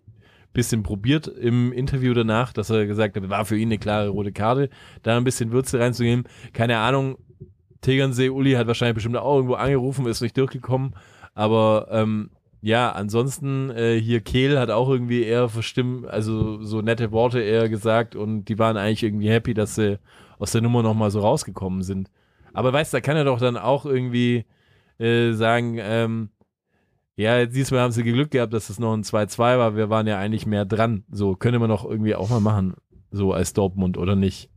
Speaker 6: bisschen probiert im Interview danach, dass er gesagt hat, war für ihn eine klare rote Karte, da ein bisschen Würze reinzugeben. Keine Ahnung, Tegernsee, Uli hat wahrscheinlich bestimmt auch irgendwo angerufen, ist nicht durchgekommen. Aber ähm, ja, ansonsten äh, hier Kehl hat auch irgendwie eher verstimmt, also so nette Worte eher gesagt und die waren eigentlich irgendwie happy, dass sie aus der Nummer nochmal so rausgekommen sind. Aber weißt, da kann er doch dann auch irgendwie äh, sagen, ähm, ja, diesmal haben sie Glück gehabt, dass es noch ein 2-2 war. Wir waren ja eigentlich mehr dran. So, könnte man doch irgendwie auch mal machen. So als Dortmund oder nicht.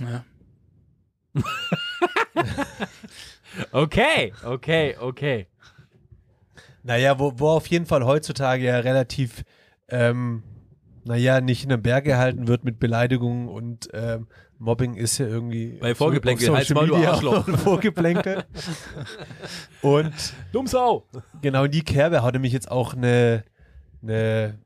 Speaker 8: Ja.
Speaker 6: Okay, okay, okay.
Speaker 7: Naja, wo, wo auf jeden Fall heutzutage ja relativ, ähm, naja, nicht in den Berg gehalten wird mit Beleidigungen und ähm, Mobbing ist ja irgendwie.
Speaker 6: Bei
Speaker 7: auf so-
Speaker 6: Vorgeplänkel,
Speaker 7: auf
Speaker 6: halt's
Speaker 7: Social
Speaker 6: Maul, du
Speaker 7: Media
Speaker 6: Arschloch.
Speaker 7: und Vorgeplänkel. und
Speaker 6: Dummsau.
Speaker 7: genau in die Kerbe hatte mich jetzt auch eine, eine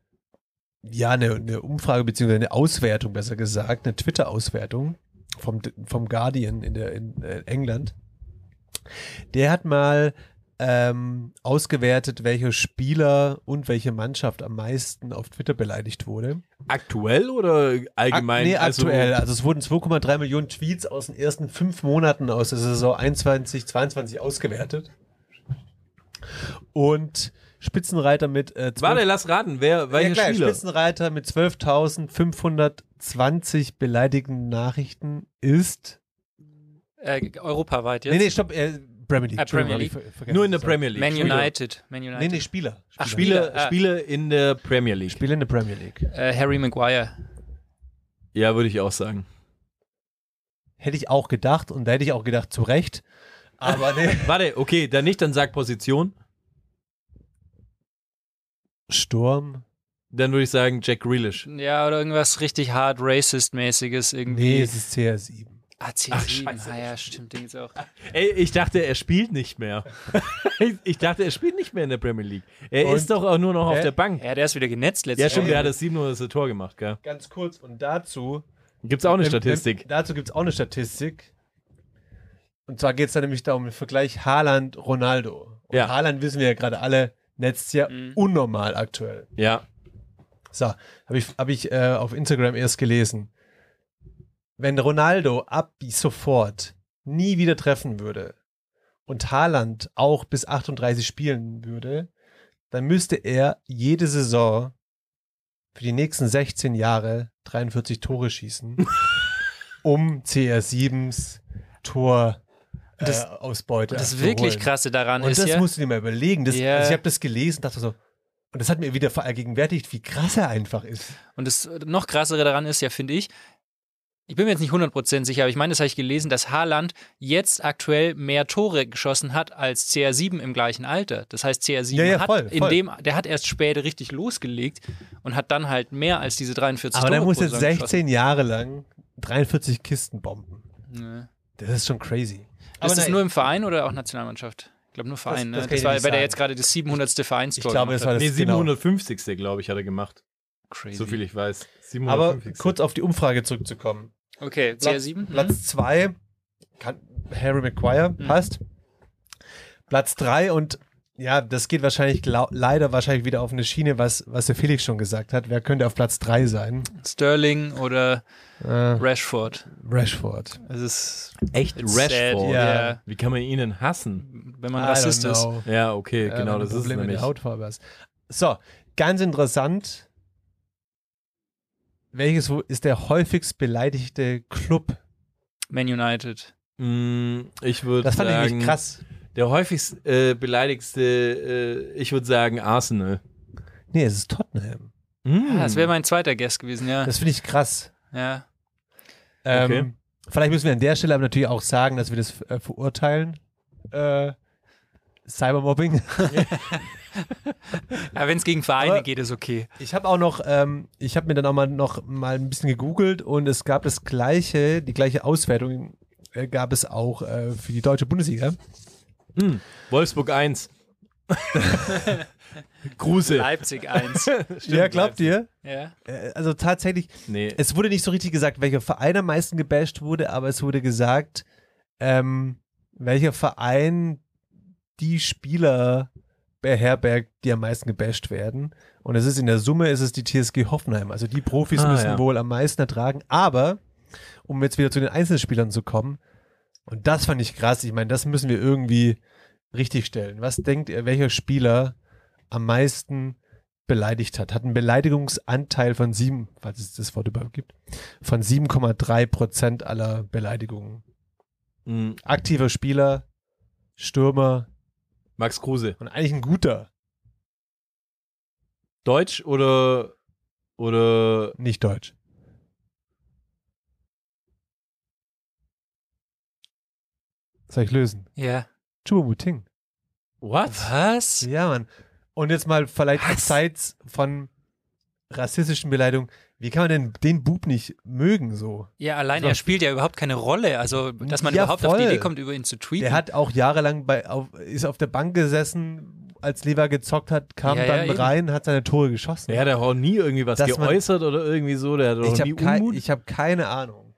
Speaker 7: ja, eine, eine Umfrage beziehungsweise eine Auswertung, besser gesagt, eine Twitter-Auswertung vom, vom Guardian in, der, in äh, England. Der hat mal ähm, ausgewertet, welcher Spieler und welche Mannschaft am meisten auf Twitter beleidigt wurde.
Speaker 6: Aktuell oder
Speaker 7: Ak-
Speaker 6: allgemein?
Speaker 7: nee,
Speaker 6: Also-
Speaker 7: aktuell. Also, es wurden 2,3 Millionen Tweets aus den ersten fünf Monaten aus der Saison 21, 22 ausgewertet. Und Spitzenreiter mit äh, 12
Speaker 6: Warte, lass raten, wer, welche
Speaker 7: ja, klar,
Speaker 6: Spieler?
Speaker 7: Spitzenreiter mit 12.520 beleidigten Nachrichten ist.
Speaker 8: Äh, europaweit jetzt.
Speaker 7: Nee, nee, stopp, äh, Premier League.
Speaker 8: Ah, Premier League.
Speaker 7: Entschuldigung, hab ich ver- vergessen.
Speaker 6: Nur in der
Speaker 7: Sorry.
Speaker 6: Premier League.
Speaker 8: Man
Speaker 6: Spieler.
Speaker 8: United. Man United.
Speaker 7: Nee, nee, Spieler.
Speaker 8: Ach,
Speaker 7: Spieler.
Speaker 6: Spieler,
Speaker 8: Ah.
Speaker 6: Spieler in der Premier League.
Speaker 7: Spieler in der Premier League.
Speaker 8: Äh, Harry Maguire.
Speaker 6: Ja, würde ich auch sagen.
Speaker 7: Hätte ich auch gedacht und da hätte ich auch gedacht, zu Recht. Aber nee.
Speaker 6: Warte, okay, dann nicht, dann sag Position.
Speaker 7: Sturm.
Speaker 6: Dann würde ich sagen Jack Grealish.
Speaker 8: Ja, oder irgendwas richtig hard racist-mäßiges irgendwie.
Speaker 7: Nee, es ist CR7.
Speaker 8: AC7. ah ja, stimmt, den gibt's auch.
Speaker 6: Ey, ich dachte, er spielt nicht mehr. ich, ich dachte, er spielt nicht mehr in der Premier League. Er ist doch auch nur noch auf
Speaker 7: Hä?
Speaker 6: der Bank.
Speaker 8: Ja, der ist wieder genetzt letztes
Speaker 6: Ja, stimmt, der
Speaker 8: Jahr.
Speaker 6: hat das 700. Tor gemacht, gell?
Speaker 7: Ganz kurz und dazu.
Speaker 6: Gibt's auch eine
Speaker 7: ähm,
Speaker 6: Statistik.
Speaker 7: ähm, dazu gibt es auch eine Statistik. Und zwar geht es da nämlich darum, den Vergleich Haaland-Ronaldo. Und
Speaker 6: Ja.
Speaker 7: Haaland wissen wir ja gerade alle, netzt ja unnormal aktuell.
Speaker 6: Ja.
Speaker 7: So, habe ich, hab ich äh, auf Instagram erst gelesen. Wenn Ronaldo ab sofort nie wieder treffen würde und Haaland auch bis 38 spielen würde, dann müsste er jede Saison für die nächsten 16 Jahre 43 Tore schießen, um CR7s Tor äh,
Speaker 8: Das-
Speaker 7: Ausbeute
Speaker 8: Und das
Speaker 7: abzuholen.
Speaker 8: wirklich krasse daran
Speaker 7: Und
Speaker 8: ist
Speaker 7: das
Speaker 8: ja,
Speaker 7: musst du dir mal überlegen. Das,
Speaker 8: Ja.
Speaker 7: also ich habe das gelesen, dachte so, und das hat mir wieder vergegenwärtigt, wie krass er einfach ist.
Speaker 8: und das äh, noch krassere daran ist ja, finde ich, ich bin mir jetzt nicht 100% sicher, aber ich meine, das habe ich gelesen, dass Haaland jetzt aktuell mehr Tore geschossen hat als CR7 im gleichen Alter. Das heißt, CR7
Speaker 7: Ja, ja,
Speaker 8: hat
Speaker 7: voll,
Speaker 8: in
Speaker 7: voll.
Speaker 8: dem, der hat erst später richtig losgelegt und hat dann halt mehr als diese 43
Speaker 7: Aber
Speaker 8: Tore
Speaker 7: der muss
Speaker 8: pro
Speaker 7: jetzt
Speaker 8: Saison
Speaker 7: 16 Jahre lang 43 Kisten bomben.
Speaker 8: geschossen. Ja.
Speaker 7: Das ist schon crazy.
Speaker 8: Ist das
Speaker 7: nein,
Speaker 8: nur im Verein oder auch Nationalmannschaft? Ich glaube nur Verein.
Speaker 7: das
Speaker 8: ne?
Speaker 7: kann
Speaker 8: das
Speaker 7: ich dir
Speaker 8: war, weil
Speaker 7: nicht
Speaker 8: der
Speaker 7: sagen.
Speaker 8: jetzt gerade das 700.
Speaker 7: ich
Speaker 8: Vereinstor
Speaker 7: glaube, das
Speaker 8: gemacht
Speaker 7: war
Speaker 8: hat.
Speaker 7: das
Speaker 6: Nee,
Speaker 7: genau.
Speaker 6: 750. glaube ich, hat er gemacht.
Speaker 8: Crazy.
Speaker 6: So viel ich weiß.
Speaker 7: Aber
Speaker 6: 750.
Speaker 7: kurz auf die Umfrage zurückzukommen.
Speaker 8: Okay, CR7?
Speaker 7: Platz 2, Harry Maguire, passt. Platz 3 und ja, das geht wahrscheinlich glau- leider wahrscheinlich wieder auf eine Schiene, was, was der Felix schon gesagt hat. Wer könnte auf Platz 3 sein?
Speaker 8: hm? Sterling oder
Speaker 7: Äh,
Speaker 8: Rashford.
Speaker 7: Rashford.
Speaker 8: Es ist
Speaker 6: echt
Speaker 8: it's
Speaker 6: Rashford.
Speaker 8: Sad,
Speaker 7: Ja.
Speaker 8: ja.
Speaker 6: Wie kann man ihnen hassen?
Speaker 8: Wenn man Rassist
Speaker 7: I don't
Speaker 8: ist.
Speaker 7: know.
Speaker 6: Ja, okay,
Speaker 7: Ja,
Speaker 6: genau,
Speaker 7: wenn du
Speaker 6: das ist es
Speaker 7: Probleme mit
Speaker 6: nämlich.
Speaker 7: der Hautfarbe hast. So, ganz interessant. Welches wo- ist der häufigst beleidigte Club?
Speaker 8: Man United.
Speaker 6: Mm, Ich würde
Speaker 7: Das fand
Speaker 6: sagen,
Speaker 7: ich nämlich krass.
Speaker 6: der häufigst äh, beleidigste, äh, ich würde sagen Arsenal.
Speaker 7: Nee, es ist Tottenham.
Speaker 6: Mm.
Speaker 8: Ah, das wäre mein zweiter Guest gewesen, ja.
Speaker 7: Hm. Das finde ich krass.
Speaker 8: ja.
Speaker 7: Ähm,
Speaker 6: Okay.
Speaker 7: Vielleicht müssen wir an der Stelle aber natürlich auch sagen, dass wir das äh, verurteilen. Äh, Cybermobbing.
Speaker 8: Aber wenn es Ah, gegen Vereine
Speaker 7: Aber-
Speaker 8: geht, ist okay.
Speaker 7: Ich habe auch noch, ähm, ich habe mir dann auch mal noch mal ein bisschen gegoogelt und es gab das gleiche, die gleiche Auswertung äh, gab es auch äh, für die deutsche Bundesliga.
Speaker 6: Wolfsburg 1. Grüße.
Speaker 8: Leipzig 1.
Speaker 7: ja, glaubt ihr?
Speaker 8: ja.
Speaker 7: Äh, Also tatsächlich,
Speaker 6: Nee,
Speaker 7: es wurde nicht so richtig gesagt, welcher Verein am meisten gebasht wurde, aber es wurde gesagt, ähm, welcher Verein die Spieler beherbergt, die am meisten gebasht werden. Und es ist in der Summe ist es die TSG Hoffenheim. Also die Profis
Speaker 6: Ah,
Speaker 7: müssen
Speaker 6: ja.
Speaker 7: wohl am meisten ertragen. Aber um jetzt wieder zu den Einzelspielern zu kommen, und das fand ich krass. Ich meine, das müssen wir irgendwie richtig stellen. Was denkt ihr, welcher Spieler am meisten beleidigt hat? Hat einen Beleidigungsanteil von sieben, falls es das Wort überhaupt gibt, von 7,3 Prozent aller Beleidigungen.
Speaker 6: mm,
Speaker 7: Aktiver Spieler, Stürmer
Speaker 6: Max Kruse.
Speaker 7: und eigentlich ein guter,
Speaker 6: Deutsch oder oder
Speaker 7: nicht deutsch. Soll ich lösen?
Speaker 8: ja.
Speaker 7: Chubumuting.
Speaker 6: what?
Speaker 8: Was?
Speaker 7: Ja, Mann. Und jetzt mal vielleicht abseits von rassistischen Beleidigungen. Wie kann man denn den Bub nicht mögen so?
Speaker 8: Ja, allein er spielt ja überhaupt keine Rolle. Also, dass man
Speaker 7: Ja,
Speaker 8: überhaupt auf die
Speaker 7: voll.
Speaker 8: Idee kommt, über ihn zu tweeten.
Speaker 7: Der hat auch jahrelang bei, auf, ist auf der Bank gesessen, als Lever gezockt hat, kam
Speaker 8: Ja, ja,
Speaker 7: dann
Speaker 8: eben.
Speaker 7: rein, hat seine Tore geschossen.
Speaker 6: Der hat doch auch nie irgendwie was
Speaker 7: Dass man-
Speaker 6: geäußert oder irgendwie so. Der hat doch
Speaker 7: ich
Speaker 6: nie
Speaker 7: habe
Speaker 6: Unmut.
Speaker 7: hab keine Ahnung.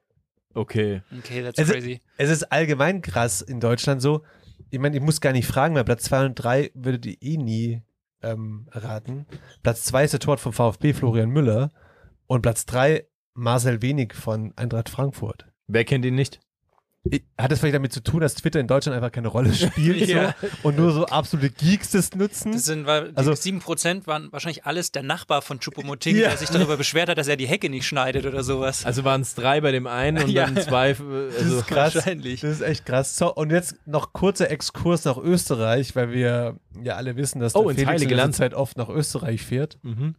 Speaker 6: okay.
Speaker 8: okay, that's
Speaker 7: Also-
Speaker 8: crazy.
Speaker 7: Es ist allgemein krass in Deutschland so. Ich meine, ich muss gar nicht fragen, weil Platz 2 und 3 würdet ihr eh nie ähm, erraten. Platz 2 ist der Tor vom VfB Florian Müller und Platz 3 Marcel Wenig von Eintracht Frankfurt.
Speaker 6: Wer kennt ihn nicht?
Speaker 7: Ich- Hat das vielleicht damit zu tun, dass Twitter in Deutschland einfach keine Rolle spielt
Speaker 8: Ja.
Speaker 7: so, und nur so absolute Geeks das nutzen?
Speaker 8: Das sind, war,
Speaker 7: Also-
Speaker 8: also, die 7% waren wahrscheinlich alles der Nachbar von Chupomoting,
Speaker 7: Ja.
Speaker 8: der sich darüber beschwert hat, dass er die Hecke nicht schneidet oder sowas.
Speaker 6: Also waren es drei bei dem einen und
Speaker 8: Ja.
Speaker 6: dann zwei. äh,
Speaker 7: das
Speaker 6: Also,
Speaker 7: ist krass.
Speaker 8: wahrscheinlich.
Speaker 7: Das ist echt krass. So, und jetzt noch kurzer Exkurs nach Österreich, weil wir ja alle wissen, dass
Speaker 6: Oh,
Speaker 7: der
Speaker 6: ins
Speaker 7: Felix in
Speaker 6: Heilige
Speaker 7: letzter
Speaker 6: Land.
Speaker 7: Zeit oft nach Österreich fährt.
Speaker 6: Mhm.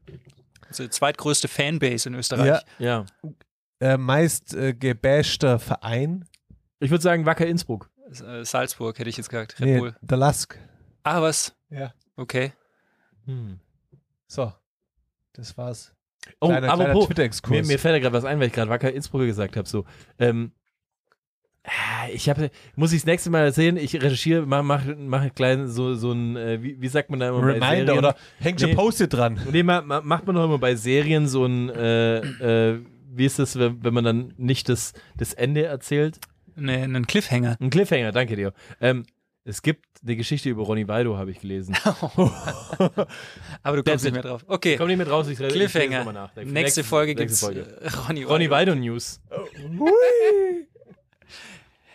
Speaker 8: Also, zweitgrößte Fanbase in Österreich.
Speaker 7: Ja.
Speaker 6: ja.
Speaker 7: Äh, meist äh, gebashter Verein.
Speaker 6: Ich würde sagen, Wacker Innsbruck.
Speaker 8: S- äh, Salzburg hätte ich jetzt gesagt. Red
Speaker 7: Nee,
Speaker 8: Bull.
Speaker 7: der Lask.
Speaker 8: Ah, was?
Speaker 7: Ja.
Speaker 8: Okay.
Speaker 7: Hm. So, das war's.
Speaker 6: Oh,
Speaker 7: Kleiner- kleiner
Speaker 6: apropos,
Speaker 7: Twitter-Exkurs.
Speaker 6: mir, mir fällt da gerade was ein, weil ich gerade Wacker Innsbruck gesagt habe. So. Ähm, Ah, Ich habe, muss ich das nächste Mal erzählen, ich recherchiere, mache mach, mach einen kleinen, so, so ein, äh, wie, wie sagt man da immer bei Serien?
Speaker 7: Reminder oder hängt schon
Speaker 6: Nee.
Speaker 7: Post-it dran.
Speaker 6: Nee, ma, ma, macht man doch immer bei Serien so ein, äh, äh, wie ist das, wenn, wenn man dann nicht das, das Ende erzählt?
Speaker 8: Ne, einen Cliffhanger.
Speaker 6: Ein Cliffhanger, danke dir. Ähm, es gibt eine Geschichte über Ronny Waldo, habe ich gelesen.
Speaker 8: Aber du
Speaker 6: That's
Speaker 8: kommst nicht
Speaker 6: it.
Speaker 8: mehr drauf. Okay,
Speaker 6: Komm nicht mit raus, ich rede ich lese nochmal
Speaker 8: Cliffhanger.
Speaker 6: nach.
Speaker 8: Nächste, Folge gibt's
Speaker 6: nächste
Speaker 8: äh, Ronny,
Speaker 6: Ronny
Speaker 8: Ronny
Speaker 6: Waldo News.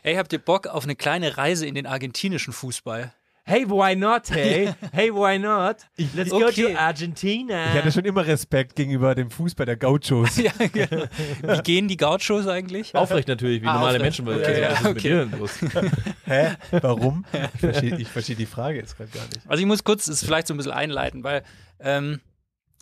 Speaker 8: Ey, habt ihr Bock auf eine kleine Reise in den argentinischen Fußball?
Speaker 6: Hey, why not, hey? Hey, why not? Let's
Speaker 8: go Okay. to
Speaker 6: Argentina.
Speaker 7: Ich hatte schon immer Respekt gegenüber dem Fußball der Gauchos.
Speaker 8: Ja, genau. Wie gehen die Gauchos eigentlich?
Speaker 6: Aufrecht natürlich, wie
Speaker 8: Ah,
Speaker 6: normale
Speaker 8: aufrecht.
Speaker 6: Menschen, weil
Speaker 8: Ja, ja,
Speaker 6: was ist mit
Speaker 8: okay.
Speaker 6: dir denn los?
Speaker 7: Hä? Warum? Ich verstehe ich verstehe die Frage jetzt gerade gar nicht.
Speaker 8: Also ich muss kurz es vielleicht so ein bisschen einleiten, weil ähm,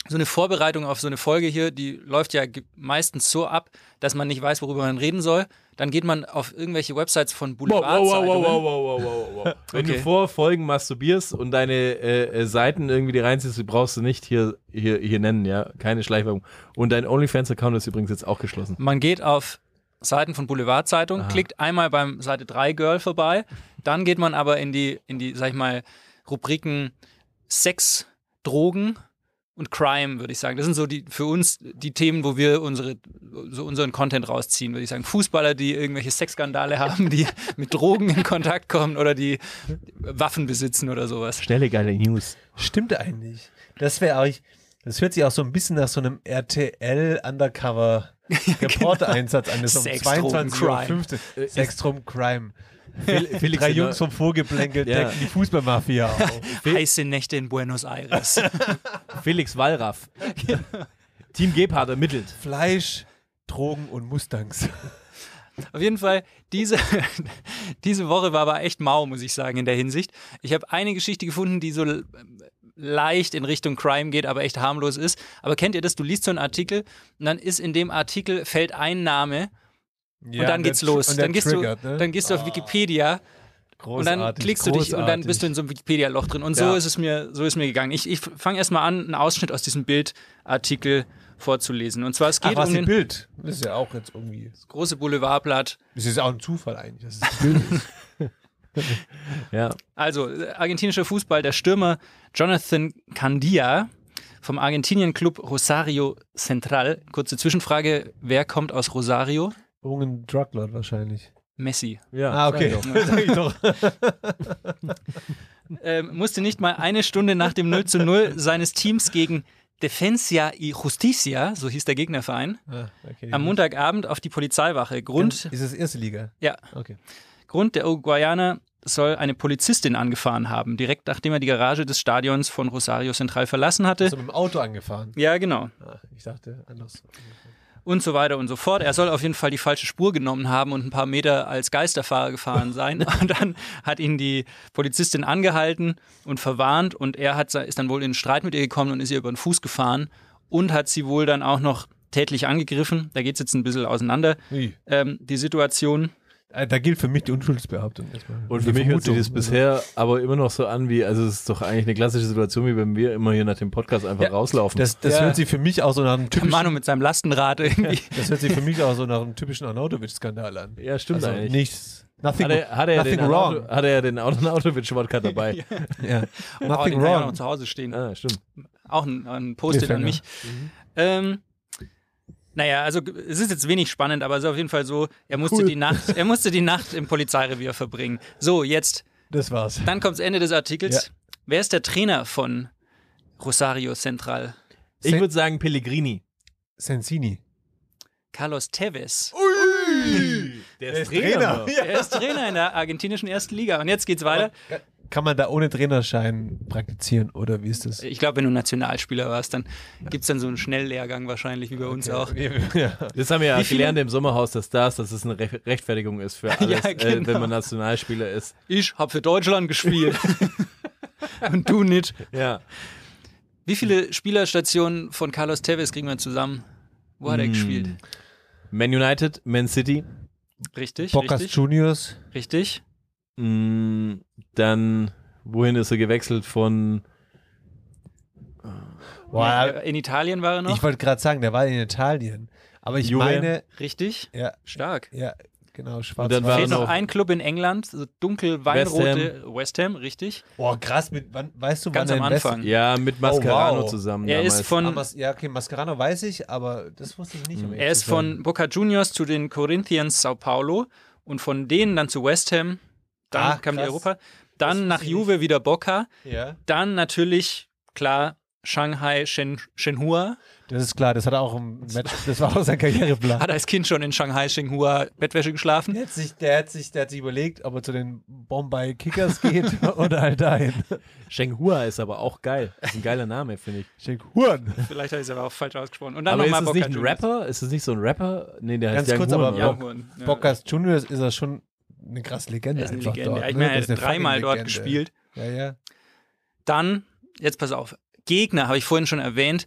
Speaker 8: so eine Vorbereitung auf so eine Folge hier, die läuft ja ge- meistens so ab, dass man nicht weiß, worüber man reden soll. Dann geht man auf irgendwelche Websites von
Speaker 6: Wow, wow, wow,
Speaker 8: Boulevardzeitungen.
Speaker 6: wow, wow, wow, wow, wow, wow. Wenn du
Speaker 8: ne? Okay.
Speaker 6: vor Folgen masturbierst und deine äh, äh, Seiten irgendwie die reinziehst, die brauchst du nicht hier, hier, hier nennen, ja. Keine Schleichwerbung. Und dein OnlyFans-Account ist übrigens jetzt auch geschlossen.
Speaker 8: Man geht auf Seiten von Boulevardzeitungen, klickt einmal beim Seite 3 Girl vorbei, dann geht man aber in die, in die, sag ich mal, Rubriken Sex, Drogen und Crime, würde ich sagen. Das sind so die für uns die Themen, wo wir unsere, so unseren Content rausziehen, würde ich sagen. Fußballer, die irgendwelche Sexskandale haben, die mit Drogen in Kontakt kommen oder die Waffen besitzen oder sowas.
Speaker 6: Schnelle, geile News.
Speaker 7: Stimmt eigentlich. Das wäre eigentlich, das hört sich auch so ein bisschen nach so einem Genau. RTL-Undercover-Reporter-Einsatz an. Das ist um
Speaker 8: Sex, Drogen,
Speaker 7: 22.15 Uhr. Sextrum Crime.
Speaker 6: Felix
Speaker 7: Drei
Speaker 6: in
Speaker 7: Jungs
Speaker 6: der-
Speaker 7: vom Vorgeplänkel
Speaker 6: Ja.
Speaker 7: decken die Fußballmafia auf.
Speaker 8: Heiße Nächte in Buenos Aires.
Speaker 6: Felix Wallraff. Team Gebhardt ermittelt.
Speaker 7: Fleisch, Drogen und Mustangs.
Speaker 8: Auf jeden Fall, diese, diese Woche war aber echt mau, muss ich sagen, in der Hinsicht. Ich habe eine Geschichte gefunden, die so l- leicht in Richtung Crime geht, aber echt harmlos ist. Aber kennt ihr das? Du liest so einen Artikel und dann ist in dem Artikel fällt ein Name und dann geht's los. dann, gehst du,
Speaker 7: ne?
Speaker 8: dann gehst du
Speaker 7: Ah.
Speaker 8: auf Wikipedia und dann klickst du dich und dann bist du in so einem Wikipedia-Loch drin. Und so
Speaker 7: Ja.
Speaker 8: ist es mir, so ist mir gegangen. Ich, ich fange erstmal an, einen Ausschnitt aus diesem Bildartikel vorzulesen. Und zwar es geht
Speaker 7: Ach, was
Speaker 8: um
Speaker 7: ein
Speaker 8: den
Speaker 7: Bild. Das ist ja auch jetzt irgendwie.
Speaker 8: große Boulevardblatt.
Speaker 7: Das ist ja auch ein Zufall eigentlich. Das ist ein Bild.
Speaker 6: Ja.
Speaker 8: Also, äh, argentinischer Fußball, der Stürmer Jonathan Candia vom Argentinien-Club Rosario Central. Kurze Zwischenfrage, wer kommt aus Rosario?
Speaker 7: Irgendein Druglord wahrscheinlich.
Speaker 8: Messi.
Speaker 6: ja.
Speaker 7: Ah, okay. Sag ich doch.
Speaker 8: Ähm, musste nicht mal eine Stunde nach dem 0 zu 0 seines Teams gegen Defensa y Justicia, so hieß der Gegnerverein,
Speaker 7: Ah, okay.
Speaker 8: am Montagabend auf die Polizeiwache. Grund,
Speaker 7: Ist es erste Liga?
Speaker 8: ja,
Speaker 7: Okay.
Speaker 8: Grund der Uruguayaner soll eine Polizistin angefahren haben, direkt nachdem er die Garage des Stadions von Rosario Central verlassen hatte.
Speaker 7: So mit dem Auto angefahren.
Speaker 8: Ja, genau.
Speaker 7: Ah, ich dachte anders.
Speaker 8: und so weiter und so fort. Er soll auf jeden Fall die falsche Spur genommen haben und ein paar Meter als Geisterfahrer gefahren sein. Und dann hat ihn die Polizistin angehalten und verwarnt und er hat, se- ist dann wohl in Streit mit ihr gekommen und ist ihr über den Fuß gefahren und hat sie wohl dann auch noch tätlich angegriffen. Da geht es jetzt ein bisschen auseinander,
Speaker 7: Ui.
Speaker 8: ähm, die Situation.
Speaker 7: Äh, Da gilt für mich die Unschuldsbehauptung erstmal.
Speaker 6: Und
Speaker 7: Die
Speaker 6: für mich hört sich
Speaker 7: Vermutung. ne?
Speaker 6: das bisher aber immer noch so an, wie, also es ist doch eigentlich eine klassische Situation, wie wenn wir immer hier nach dem Podcast einfach
Speaker 7: Ja,
Speaker 6: rauslaufen.
Speaker 7: Das, das
Speaker 8: Ja.
Speaker 7: hört sich für mich auch so nach einem typischen,
Speaker 8: Manu mit seinem Lastenrad irgendwie.
Speaker 7: das hört sich für mich auch so nach einem typischen Arnautovic-Skandal an.
Speaker 6: ja, stimmt
Speaker 7: also
Speaker 6: eigentlich.
Speaker 7: nichts. Nothing,
Speaker 6: Hat er, hat er,
Speaker 7: nothing
Speaker 6: den
Speaker 7: wrong.
Speaker 6: Auto, hat er den Autonautowitsch-Wodka dabei?
Speaker 7: Ja.
Speaker 8: Oh, den kann
Speaker 7: Nothing
Speaker 8: ich auch noch
Speaker 7: wrong.
Speaker 8: zu Hause stehen.
Speaker 6: Ah, stimmt.
Speaker 8: auch ein, ein Post-it an
Speaker 7: Cliffhanger. Mhm.
Speaker 8: mich. Ähm, naja, also g- es ist jetzt wenig spannend, aber es ist auf jeden Fall so, er musste, die, Nacht, er musste die Nacht im Polizeirevier verbringen. So, jetzt,
Speaker 7: Das war's.
Speaker 8: dann kommt's Ende des Artikels.
Speaker 7: Ja.
Speaker 8: Wer ist der Trainer von Rosario Central?
Speaker 6: Ich
Speaker 7: Sen-
Speaker 6: würde sagen Pellegrini.
Speaker 7: Sensini.
Speaker 8: Carlos Tevez.
Speaker 7: Oh
Speaker 6: Der
Speaker 8: Er ist Trainer in der argentinischen ersten Liga. Und jetzt geht's weiter.
Speaker 7: Kann man da ohne Trainerschein praktizieren oder wie ist das?
Speaker 8: Ich glaube, wenn du Nationalspieler warst, dann gibt's dann so einen Schnelllehrgang wahrscheinlich, wie bei uns auch.
Speaker 7: Ja.
Speaker 6: Das haben wir ja
Speaker 8: Wie viele-
Speaker 6: gelernt im Sommerhaus der Stars, dass es eine Re Rechtfertigung ist für alles, äh,
Speaker 8: genau.
Speaker 6: wenn man Nationalspieler ist.
Speaker 8: Ich habe für Deutschland gespielt. Und du nicht.
Speaker 6: Ja.
Speaker 8: Wie viele Spielerstationen von Carlos Tevez kriegen wir zusammen? Wo hat er
Speaker 7: Hm.
Speaker 8: gespielt?
Speaker 6: Man United, Man City,
Speaker 8: Richtig,
Speaker 7: Bocas
Speaker 8: richtig,
Speaker 7: Juniors.
Speaker 8: richtig.
Speaker 6: mh, Mm, dann wohin ist er gewechselt von
Speaker 7: Boah,
Speaker 8: In Italien war er noch.
Speaker 7: ich wollte gerade sagen, der war in Italien. Aber ich
Speaker 6: Juve.
Speaker 7: meine,
Speaker 8: richtig.
Speaker 7: ja,
Speaker 8: Stark.
Speaker 7: ja, Genau,
Speaker 6: Und dann
Speaker 7: schwarz-weiß.
Speaker 6: war
Speaker 8: Fehlt noch
Speaker 6: noch-
Speaker 8: ein Club in England, so dunkel-weinrote West, Ham, richtig.
Speaker 7: Boah, krass, mit, wann, weißt du,
Speaker 8: Ganz
Speaker 7: wann
Speaker 8: am
Speaker 7: er in West-
Speaker 8: Anfang.
Speaker 6: Ja, mit Mascarano
Speaker 7: wow.
Speaker 6: zusammen.
Speaker 8: Er
Speaker 6: damals.
Speaker 8: ist von
Speaker 7: Aber, ja, okay, Mascarano weiß ich, aber das wusste ich nicht. um
Speaker 8: Mm. Er
Speaker 7: ehrlich
Speaker 8: ist
Speaker 7: zu sein.
Speaker 8: von Boca Juniors zu den Corinthians Sao Paulo und von denen dann zu West Ham. Dann
Speaker 7: Ah,
Speaker 8: kam die
Speaker 7: krass.
Speaker 8: Europa. Dann
Speaker 7: wusste
Speaker 8: nach
Speaker 7: ich
Speaker 8: Juve wieder Boca.
Speaker 7: Ja.
Speaker 8: Dann natürlich, klar, Shanghai Shen, Shenhua.
Speaker 7: Das ist klar, das hat er auch im Match, das war auch sein Karriereplan.
Speaker 8: Hat er als Kind schon in Shanghai Shenhua Bettwäsche geschlafen.
Speaker 7: Der hat, sich, der, hat sich, der hat sich überlegt, ob er zu den Bombay Kickers geht oder halt dahin.
Speaker 6: Sheng Hua ist aber auch geil. Ist ein geiler Name, finde ich.
Speaker 7: Schick Huren.
Speaker 8: Vielleicht habe ich es aber auch falsch ausgesprochen. Und dann
Speaker 6: aber ist
Speaker 8: nochmal
Speaker 6: es
Speaker 8: Boca
Speaker 6: nicht ein
Speaker 8: Juniors.
Speaker 6: Rapper? Ist es nicht so ein Rapper? Nee, der heißt
Speaker 7: Ganz
Speaker 6: Young
Speaker 7: kurz,
Speaker 6: Huan,
Speaker 7: aber
Speaker 6: oder?
Speaker 8: Ja, Huren. ja.
Speaker 7: Bocas Juniors ist er schon eine krasse Legende.
Speaker 8: Er ist eine
Speaker 7: einfach
Speaker 8: Legende.
Speaker 7: Dort,
Speaker 8: ich
Speaker 7: ne?
Speaker 8: meine,
Speaker 7: Das
Speaker 8: er hat
Speaker 7: ist eine
Speaker 8: dreimal
Speaker 7: fucking
Speaker 8: dort
Speaker 7: Legende.
Speaker 8: gespielt.
Speaker 7: Ja, ja.
Speaker 8: Dann, jetzt pass auf, Gegner habe ich vorhin schon erwähnt,